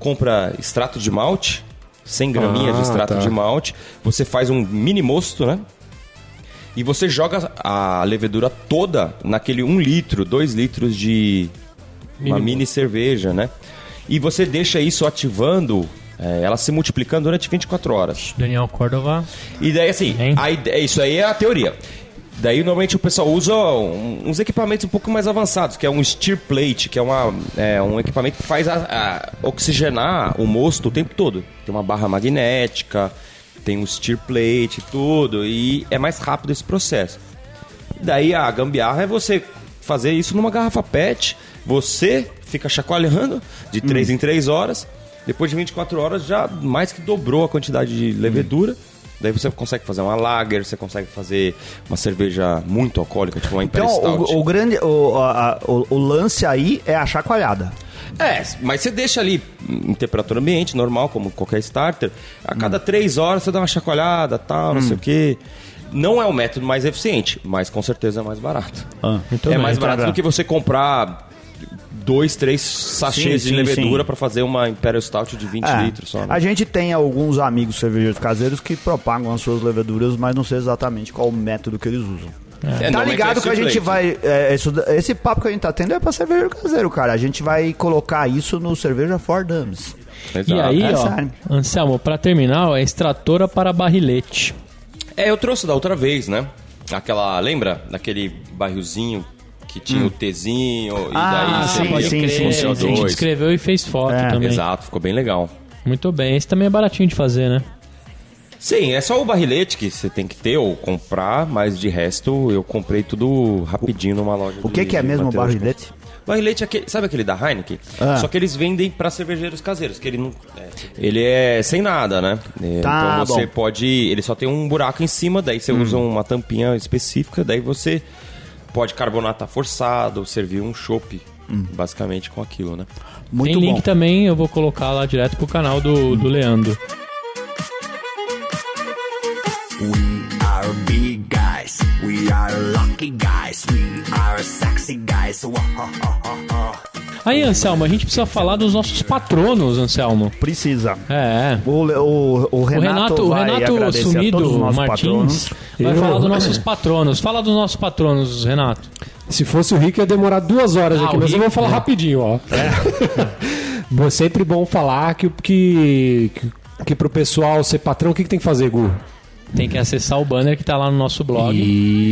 [SPEAKER 4] compra extrato de malte, 100 graminhas de
[SPEAKER 3] Ah,
[SPEAKER 4] extrato
[SPEAKER 3] tá.
[SPEAKER 4] de malte, você faz um mini mosto, né? E você joga a levedura toda naquele 1 litro, 2 litros de uma mini cerveja, né? E você deixa isso ativando, é, ela se multiplicando durante 24 horas.
[SPEAKER 1] Daniel Cordova.
[SPEAKER 4] E daí, assim,
[SPEAKER 1] Hein?
[SPEAKER 4] a ide- isso aí é a teoria. Daí, normalmente, o pessoal usa um- uns equipamentos um pouco mais avançados, que é um steer plate, que é, uma, é um equipamento que faz a- a oxigenar o mosto o tempo todo. Tem uma barra magnética, tem um steer plate, tudo, e é mais rápido esse processo. Daí a gambiarra é você fazer isso numa garrafa PET. Você fica chacoalhando
[SPEAKER 2] Hum.
[SPEAKER 4] de 3 em 3 horas. Depois de 24 horas já mais que dobrou a quantidade de
[SPEAKER 2] Hum.
[SPEAKER 4] levedura. Daí você consegue fazer uma lager, você consegue fazer uma cerveja muito alcoólica, tipo uma Imperial
[SPEAKER 2] Então,
[SPEAKER 4] Stout.
[SPEAKER 2] o, o grande. O, a- a- o- o lance aí é a chacoalhada.
[SPEAKER 4] É, mas você deixa ali em temperatura ambiente, normal, como qualquer starter. A cada
[SPEAKER 2] Hum.
[SPEAKER 4] três horas você dá uma chacoalhada, tal, não sei o quê. Não é o método mais eficiente, mas com certeza é mais barato.
[SPEAKER 3] Ah,
[SPEAKER 1] Muito
[SPEAKER 4] é
[SPEAKER 1] bem,
[SPEAKER 4] mais
[SPEAKER 2] então
[SPEAKER 4] barato
[SPEAKER 2] dá.
[SPEAKER 4] do que você comprar dois, três sachês
[SPEAKER 2] Sim, sim,
[SPEAKER 4] de levedura
[SPEAKER 2] sim.
[SPEAKER 4] pra fazer uma Imperial Stout de 20
[SPEAKER 2] É.
[SPEAKER 4] litros só. né?
[SPEAKER 2] A gente tem alguns amigos cervejeiros caseiros que propagam as suas leveduras, mas não sei exatamente qual o método que eles usam.
[SPEAKER 4] É,
[SPEAKER 2] tá
[SPEAKER 4] normalmente
[SPEAKER 2] ligado
[SPEAKER 4] é
[SPEAKER 2] que a gente
[SPEAKER 4] suplente.
[SPEAKER 2] vai. é, isso- esse papo que a gente tá tendo é pra cervejeiro caseiro, cara. A gente vai colocar isso no cerveja for dummies.
[SPEAKER 4] Exato.
[SPEAKER 1] E aí,
[SPEAKER 2] é
[SPEAKER 1] ó,
[SPEAKER 2] sério.
[SPEAKER 1] Anselmo, pra terminar, é extratora para barrilete.
[SPEAKER 4] É, eu trouxe da outra vez, né? Aquela, lembra? Daquele barrilzinho que tinha o Tzinho e
[SPEAKER 2] Hum. Ah,
[SPEAKER 4] daí
[SPEAKER 2] sim,
[SPEAKER 4] seria
[SPEAKER 2] sim,
[SPEAKER 4] o
[SPEAKER 2] sim, sim,
[SPEAKER 1] a gente
[SPEAKER 4] CO2.
[SPEAKER 1] escreveu e fez foto
[SPEAKER 2] É,
[SPEAKER 1] também.
[SPEAKER 4] Exato, ficou bem legal.
[SPEAKER 1] Muito bem. Esse também é baratinho de fazer, né?
[SPEAKER 4] Sim, é só o barrilete que você tem que ter ou comprar, mas de resto eu comprei tudo rapidinho numa loja.
[SPEAKER 2] O que, que é mesmo o barrilete?
[SPEAKER 4] Barrilete é aquele, sabe aquele da Heineken?
[SPEAKER 2] Ah.
[SPEAKER 4] Só que eles vendem pra cervejeiros caseiros, que ele não é, ele é sem nada, né? É,
[SPEAKER 2] Tá,
[SPEAKER 4] então você
[SPEAKER 2] bom.
[SPEAKER 4] pode, ele só tem um buraco em cima, daí
[SPEAKER 1] Hum.
[SPEAKER 4] você usa uma tampinha específica, daí você pode carbonatar tá forçado, servir um chopp,
[SPEAKER 1] Hum.
[SPEAKER 4] basicamente com aquilo, né?
[SPEAKER 2] Muito
[SPEAKER 1] Tem link tá-
[SPEAKER 2] bom.
[SPEAKER 1] também, eu vou colocar lá direto pro canal do, do Leandro.
[SPEAKER 5] We are big guys. We are lucky guys. We are sexy guys.
[SPEAKER 1] Aí, Anselmo, a gente precisa falar dos nossos patronos, Anselmo.
[SPEAKER 2] Precisa.
[SPEAKER 1] É, é.
[SPEAKER 2] O, Le- o, o
[SPEAKER 1] O
[SPEAKER 2] Renato,
[SPEAKER 1] Renato, o
[SPEAKER 2] vai
[SPEAKER 1] Renato
[SPEAKER 2] agradecer a todos
[SPEAKER 1] Sumido
[SPEAKER 2] os nossos
[SPEAKER 1] Martins
[SPEAKER 2] patronos.
[SPEAKER 1] vai
[SPEAKER 3] Eu-
[SPEAKER 1] falar dos nossos patronos. Fala dos nossos patronos, Renato.
[SPEAKER 3] Se fosse o Rick, ia demorar duas horas
[SPEAKER 1] Ah,
[SPEAKER 3] aqui,
[SPEAKER 1] o
[SPEAKER 3] mas eu
[SPEAKER 1] Rick,
[SPEAKER 3] vou falar
[SPEAKER 1] né?
[SPEAKER 3] rapidinho, ó. [LAUGHS] É. sempre bom falar que, que, que, que pro pessoal ser patrão, o que, que tem que fazer, Gu?
[SPEAKER 1] Tem que acessar o banner que tá lá no nosso blog.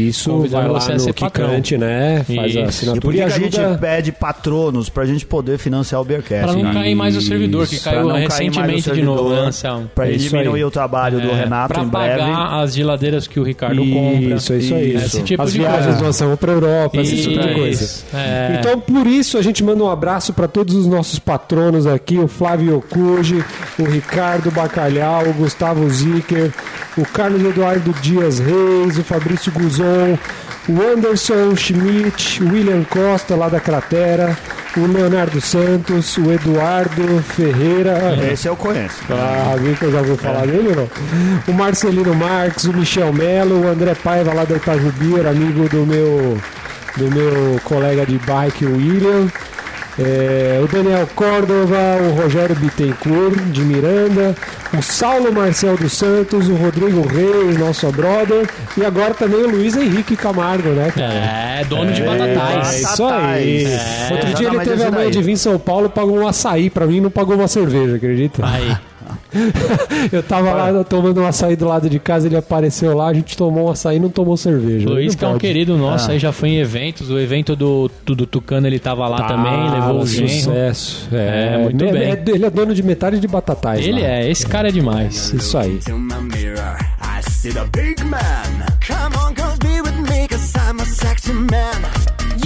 [SPEAKER 3] Isso,
[SPEAKER 1] Convidar
[SPEAKER 3] vai lá
[SPEAKER 1] você a
[SPEAKER 3] no
[SPEAKER 1] ser
[SPEAKER 3] Kikante, né? Faz
[SPEAKER 1] Isso.
[SPEAKER 3] a
[SPEAKER 2] E por
[SPEAKER 3] assinatura
[SPEAKER 2] que
[SPEAKER 3] e
[SPEAKER 2] que a gente
[SPEAKER 3] ajuda...
[SPEAKER 2] pede patronos pra gente poder financiar o Beercast?
[SPEAKER 1] Pra não
[SPEAKER 2] né?
[SPEAKER 1] cair mais o servidor, que
[SPEAKER 2] Isso, pra
[SPEAKER 1] caiu
[SPEAKER 2] não cair mais o
[SPEAKER 1] recentemente de
[SPEAKER 2] servidor,
[SPEAKER 1] novo, né, Anselmo?
[SPEAKER 2] Pra
[SPEAKER 3] É isso
[SPEAKER 2] diminuir
[SPEAKER 3] aí.
[SPEAKER 2] o trabalho do
[SPEAKER 1] É,
[SPEAKER 2] Renato
[SPEAKER 1] pra
[SPEAKER 2] em breve.
[SPEAKER 1] pagar as geladeiras que o Ricardo compra.
[SPEAKER 3] Isso, isso, isso.
[SPEAKER 1] Esse tipo
[SPEAKER 3] As
[SPEAKER 1] de
[SPEAKER 3] viagens
[SPEAKER 1] coisa.
[SPEAKER 3] do Anselmo pra Europa, esse tipo de coisa.
[SPEAKER 1] Isso, é.
[SPEAKER 3] Então, por isso, a gente manda um abraço para todos os nossos patronos aqui: o Flávio Yokuji, o Ricardo Bacalhau, o Gustavo Zicker, o Carlos Eduardo Dias Reis, o Fabrício Guzon, o Anderson Schmidt, o William Costa, lá da Cratera, o Leonardo Santos, o Eduardo Ferreira.
[SPEAKER 2] Esse eu conheço.
[SPEAKER 3] Ah, alguém que eu já vou falar dele ou não? O Marcelino Marques, o Michel Melo, o André Paiva lá da Itajubir, amigo do meu do meu colega de bike, o William. É, o Daniel Córdova, o Rogério Bittencourt de Miranda, o Saulo Marcel dos Santos, o Rodrigo Reis, nosso brother, e agora também o Luiz Henrique Camargo, né, cara?
[SPEAKER 1] É, dono de batatais.
[SPEAKER 3] É isso aí.
[SPEAKER 2] É,
[SPEAKER 3] Outro dia ele
[SPEAKER 2] exatamente
[SPEAKER 3] teve a
[SPEAKER 2] esse
[SPEAKER 3] mãe
[SPEAKER 2] daí.
[SPEAKER 3] de vir em São Paulo, pagou um açaí pra mim e não pagou uma cerveja, acredita?
[SPEAKER 1] Aí.
[SPEAKER 3] Eu tava lá tomando um açaí do lado de casa, ele apareceu lá, a gente tomou um açaí e não tomou cerveja.
[SPEAKER 1] Luiz,
[SPEAKER 3] Não
[SPEAKER 1] que é um
[SPEAKER 3] pode.
[SPEAKER 1] querido nosso, aí já foi em eventos. O evento do, do, do Tucano ele tava lá também, levou o genro.
[SPEAKER 3] Ah, sucesso.
[SPEAKER 1] É, muito
[SPEAKER 3] ele,
[SPEAKER 1] bem.
[SPEAKER 3] é- Ele é dono de metade de batatais.
[SPEAKER 1] Ele
[SPEAKER 3] lá.
[SPEAKER 1] é, esse cara é demais.
[SPEAKER 3] Isso aí.
[SPEAKER 5] In my mirror, I see the big man. Come on, girls, be with me, cause I'm a sexy man.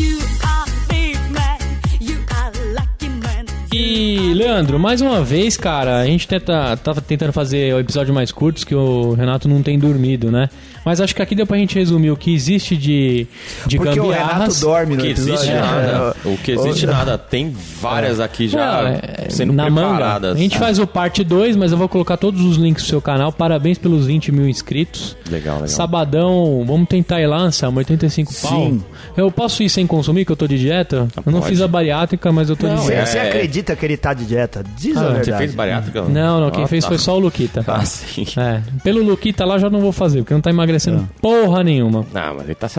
[SPEAKER 6] You are big man. You are lucky man.
[SPEAKER 1] E, Leandro, mais uma vez, cara, a gente tenta, tava tentando fazer episódios mais curtos que o Renato não tem dormido, né? Mas acho que aqui deu pra gente resumir o que existe de, de
[SPEAKER 2] Porque o Renato
[SPEAKER 1] gambiarras.
[SPEAKER 2] dorme
[SPEAKER 4] O
[SPEAKER 2] no
[SPEAKER 4] que existe
[SPEAKER 1] né?
[SPEAKER 2] episódio.
[SPEAKER 4] nada.
[SPEAKER 2] É,
[SPEAKER 4] O que existe nada. Tem várias aqui já
[SPEAKER 1] Não, é-
[SPEAKER 4] sendo
[SPEAKER 1] na
[SPEAKER 4] preparadas.
[SPEAKER 1] manga. A gente faz o parte 2, mas eu vou colocar todos os links do seu canal. Parabéns pelos 20 mil inscritos.
[SPEAKER 4] Ah, Legal, legal.
[SPEAKER 1] Sabadão, vamos tentar ir lá, Anselmo, 85 pau.
[SPEAKER 2] Sim.
[SPEAKER 1] Eu posso ir sem consumir, que eu tô de dieta? eu não
[SPEAKER 4] pode.
[SPEAKER 1] fiz a bariátrica, mas eu tô de
[SPEAKER 2] Você,
[SPEAKER 1] dieta.
[SPEAKER 2] você
[SPEAKER 4] é.
[SPEAKER 2] acredita que ele tá de dieta? Diz a
[SPEAKER 1] Ah, você
[SPEAKER 2] verdade.
[SPEAKER 4] Você fez bariátrica?
[SPEAKER 1] Não, não, quem
[SPEAKER 4] Ah,
[SPEAKER 1] fez
[SPEAKER 4] tá. [LAUGHS]
[SPEAKER 1] foi só o Luquita.
[SPEAKER 4] Ah, sim.
[SPEAKER 1] É, pelo Luquita lá já não vou fazer, porque não tá emagrecendo porra nenhuma.
[SPEAKER 4] Não, mas ele tá se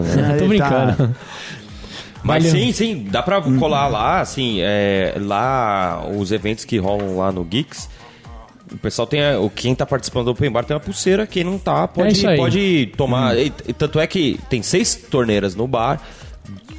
[SPEAKER 1] [LAUGHS]
[SPEAKER 4] né?
[SPEAKER 1] Eu tô
[SPEAKER 2] Ele É. tá-
[SPEAKER 1] brincando.
[SPEAKER 4] Mas
[SPEAKER 1] Valeu. Hum.
[SPEAKER 4] sim, sim, dá pra colar lá, assim, é, lá os eventos que rolam lá no Geeks. O pessoal tem. a- o- Quem tá participando do Open Bar tem uma pulseira, quem não tá
[SPEAKER 1] É
[SPEAKER 4] pode,
[SPEAKER 1] isso aí. Hum.
[SPEAKER 4] pode tomar. E- e tanto é que tem seis torneiras no bar,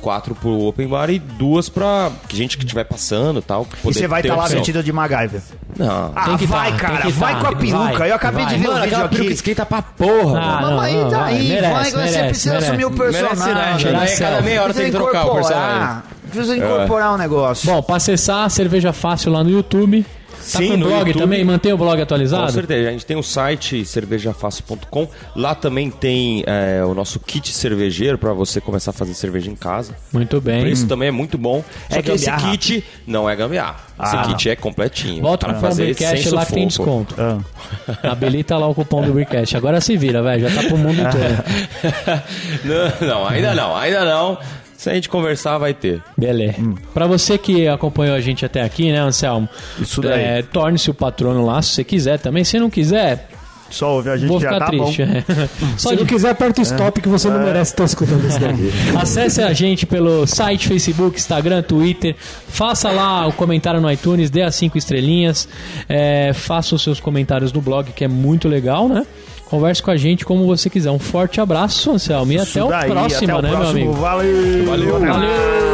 [SPEAKER 4] quatro pro Open Bar e duas pra gente que estiver passando e tal.
[SPEAKER 2] E
[SPEAKER 4] poder
[SPEAKER 2] você vai
[SPEAKER 4] ter
[SPEAKER 2] estar lá
[SPEAKER 4] opção.
[SPEAKER 2] vestido de MacGyver.
[SPEAKER 4] Não.
[SPEAKER 2] Ah,
[SPEAKER 1] Tem que
[SPEAKER 2] vai,
[SPEAKER 1] tá, tem
[SPEAKER 2] cara.
[SPEAKER 1] que
[SPEAKER 2] Vai
[SPEAKER 1] tá,
[SPEAKER 2] com a
[SPEAKER 1] tem-
[SPEAKER 2] peruca.
[SPEAKER 1] vai,
[SPEAKER 2] eu acabei
[SPEAKER 1] vai.
[SPEAKER 2] de ver
[SPEAKER 1] Mano,
[SPEAKER 2] o vídeo
[SPEAKER 4] aquela peruca
[SPEAKER 2] aqui.
[SPEAKER 4] esquenta pra porra.
[SPEAKER 1] Ah,
[SPEAKER 4] mano.
[SPEAKER 1] não,
[SPEAKER 2] Mamãe,
[SPEAKER 1] não,
[SPEAKER 2] tá
[SPEAKER 1] vai,
[SPEAKER 2] aí.
[SPEAKER 1] merece,
[SPEAKER 2] vai, você
[SPEAKER 1] merece,
[SPEAKER 2] precisa
[SPEAKER 1] merece.
[SPEAKER 2] assumir o personagem.
[SPEAKER 4] Merece, né?
[SPEAKER 1] Tirar
[SPEAKER 4] Daí a cada
[SPEAKER 1] selfie.
[SPEAKER 4] meia hora tem que trocar o personagem.
[SPEAKER 2] Precisa incorporar um negócio.
[SPEAKER 1] É. Bom, pra acessar Cerveja Fácil lá no YouTube. Tá
[SPEAKER 4] Sim,
[SPEAKER 1] com o
[SPEAKER 4] no
[SPEAKER 1] blog
[SPEAKER 4] YouTube.
[SPEAKER 1] também? Mantém o blog atualizado?
[SPEAKER 4] Com certeza. A gente tem o site cervejafácil.com. Lá também tem é, o nosso kit cervejeiro para você começar a fazer cerveja em casa.
[SPEAKER 1] Muito
[SPEAKER 4] O
[SPEAKER 1] bem.
[SPEAKER 4] preço também é muito bom.
[SPEAKER 2] Só
[SPEAKER 4] é que esse
[SPEAKER 2] gambiarra.
[SPEAKER 4] kit não é gambiarra.
[SPEAKER 1] Ah,
[SPEAKER 4] esse kit é completinho.
[SPEAKER 2] tá
[SPEAKER 1] Volta
[SPEAKER 4] pra
[SPEAKER 1] com o cupom Beercast lá que tem desconto.
[SPEAKER 2] Ah.
[SPEAKER 1] [LAUGHS] Habilita lá o cupom do Beercast. Agora se vira, velho. Já tá pro
[SPEAKER 2] [LAUGHS]
[SPEAKER 1] mundo inteiro.
[SPEAKER 4] [LAUGHS] não, não, ainda não, ainda não. Se a gente conversar, vai ter.
[SPEAKER 1] Beleza.
[SPEAKER 2] Hum.
[SPEAKER 1] Pra você que acompanhou a gente até aqui, né, Anselmo? Isso
[SPEAKER 2] daí.
[SPEAKER 1] Torne-se o patrono lá, se você quiser também. Se não quiser,
[SPEAKER 2] Só ouvir a gente
[SPEAKER 1] vou
[SPEAKER 2] já
[SPEAKER 1] ficar
[SPEAKER 2] tá
[SPEAKER 1] triste. né?
[SPEAKER 2] [LAUGHS] bom.
[SPEAKER 1] Só
[SPEAKER 3] Se
[SPEAKER 1] de
[SPEAKER 3] não quiser, aperta o stop que você não merece estar escutando isso daqui.
[SPEAKER 1] Acesse a gente pelo site, Facebook, Instagram, Twitter. Faça lá o comentário no iTunes, dê as cinco estrelinhas. É, faça os seus comentários no blog, que é muito legal, né? Converse com a gente como você quiser. Um forte abraço, Anselmo. E
[SPEAKER 2] Isso
[SPEAKER 1] até o
[SPEAKER 2] daí,
[SPEAKER 1] próximo,
[SPEAKER 2] até o
[SPEAKER 1] né,
[SPEAKER 2] próximo.
[SPEAKER 1] meu amigo?
[SPEAKER 2] Valeu.
[SPEAKER 4] Valeu.
[SPEAKER 1] Valeu!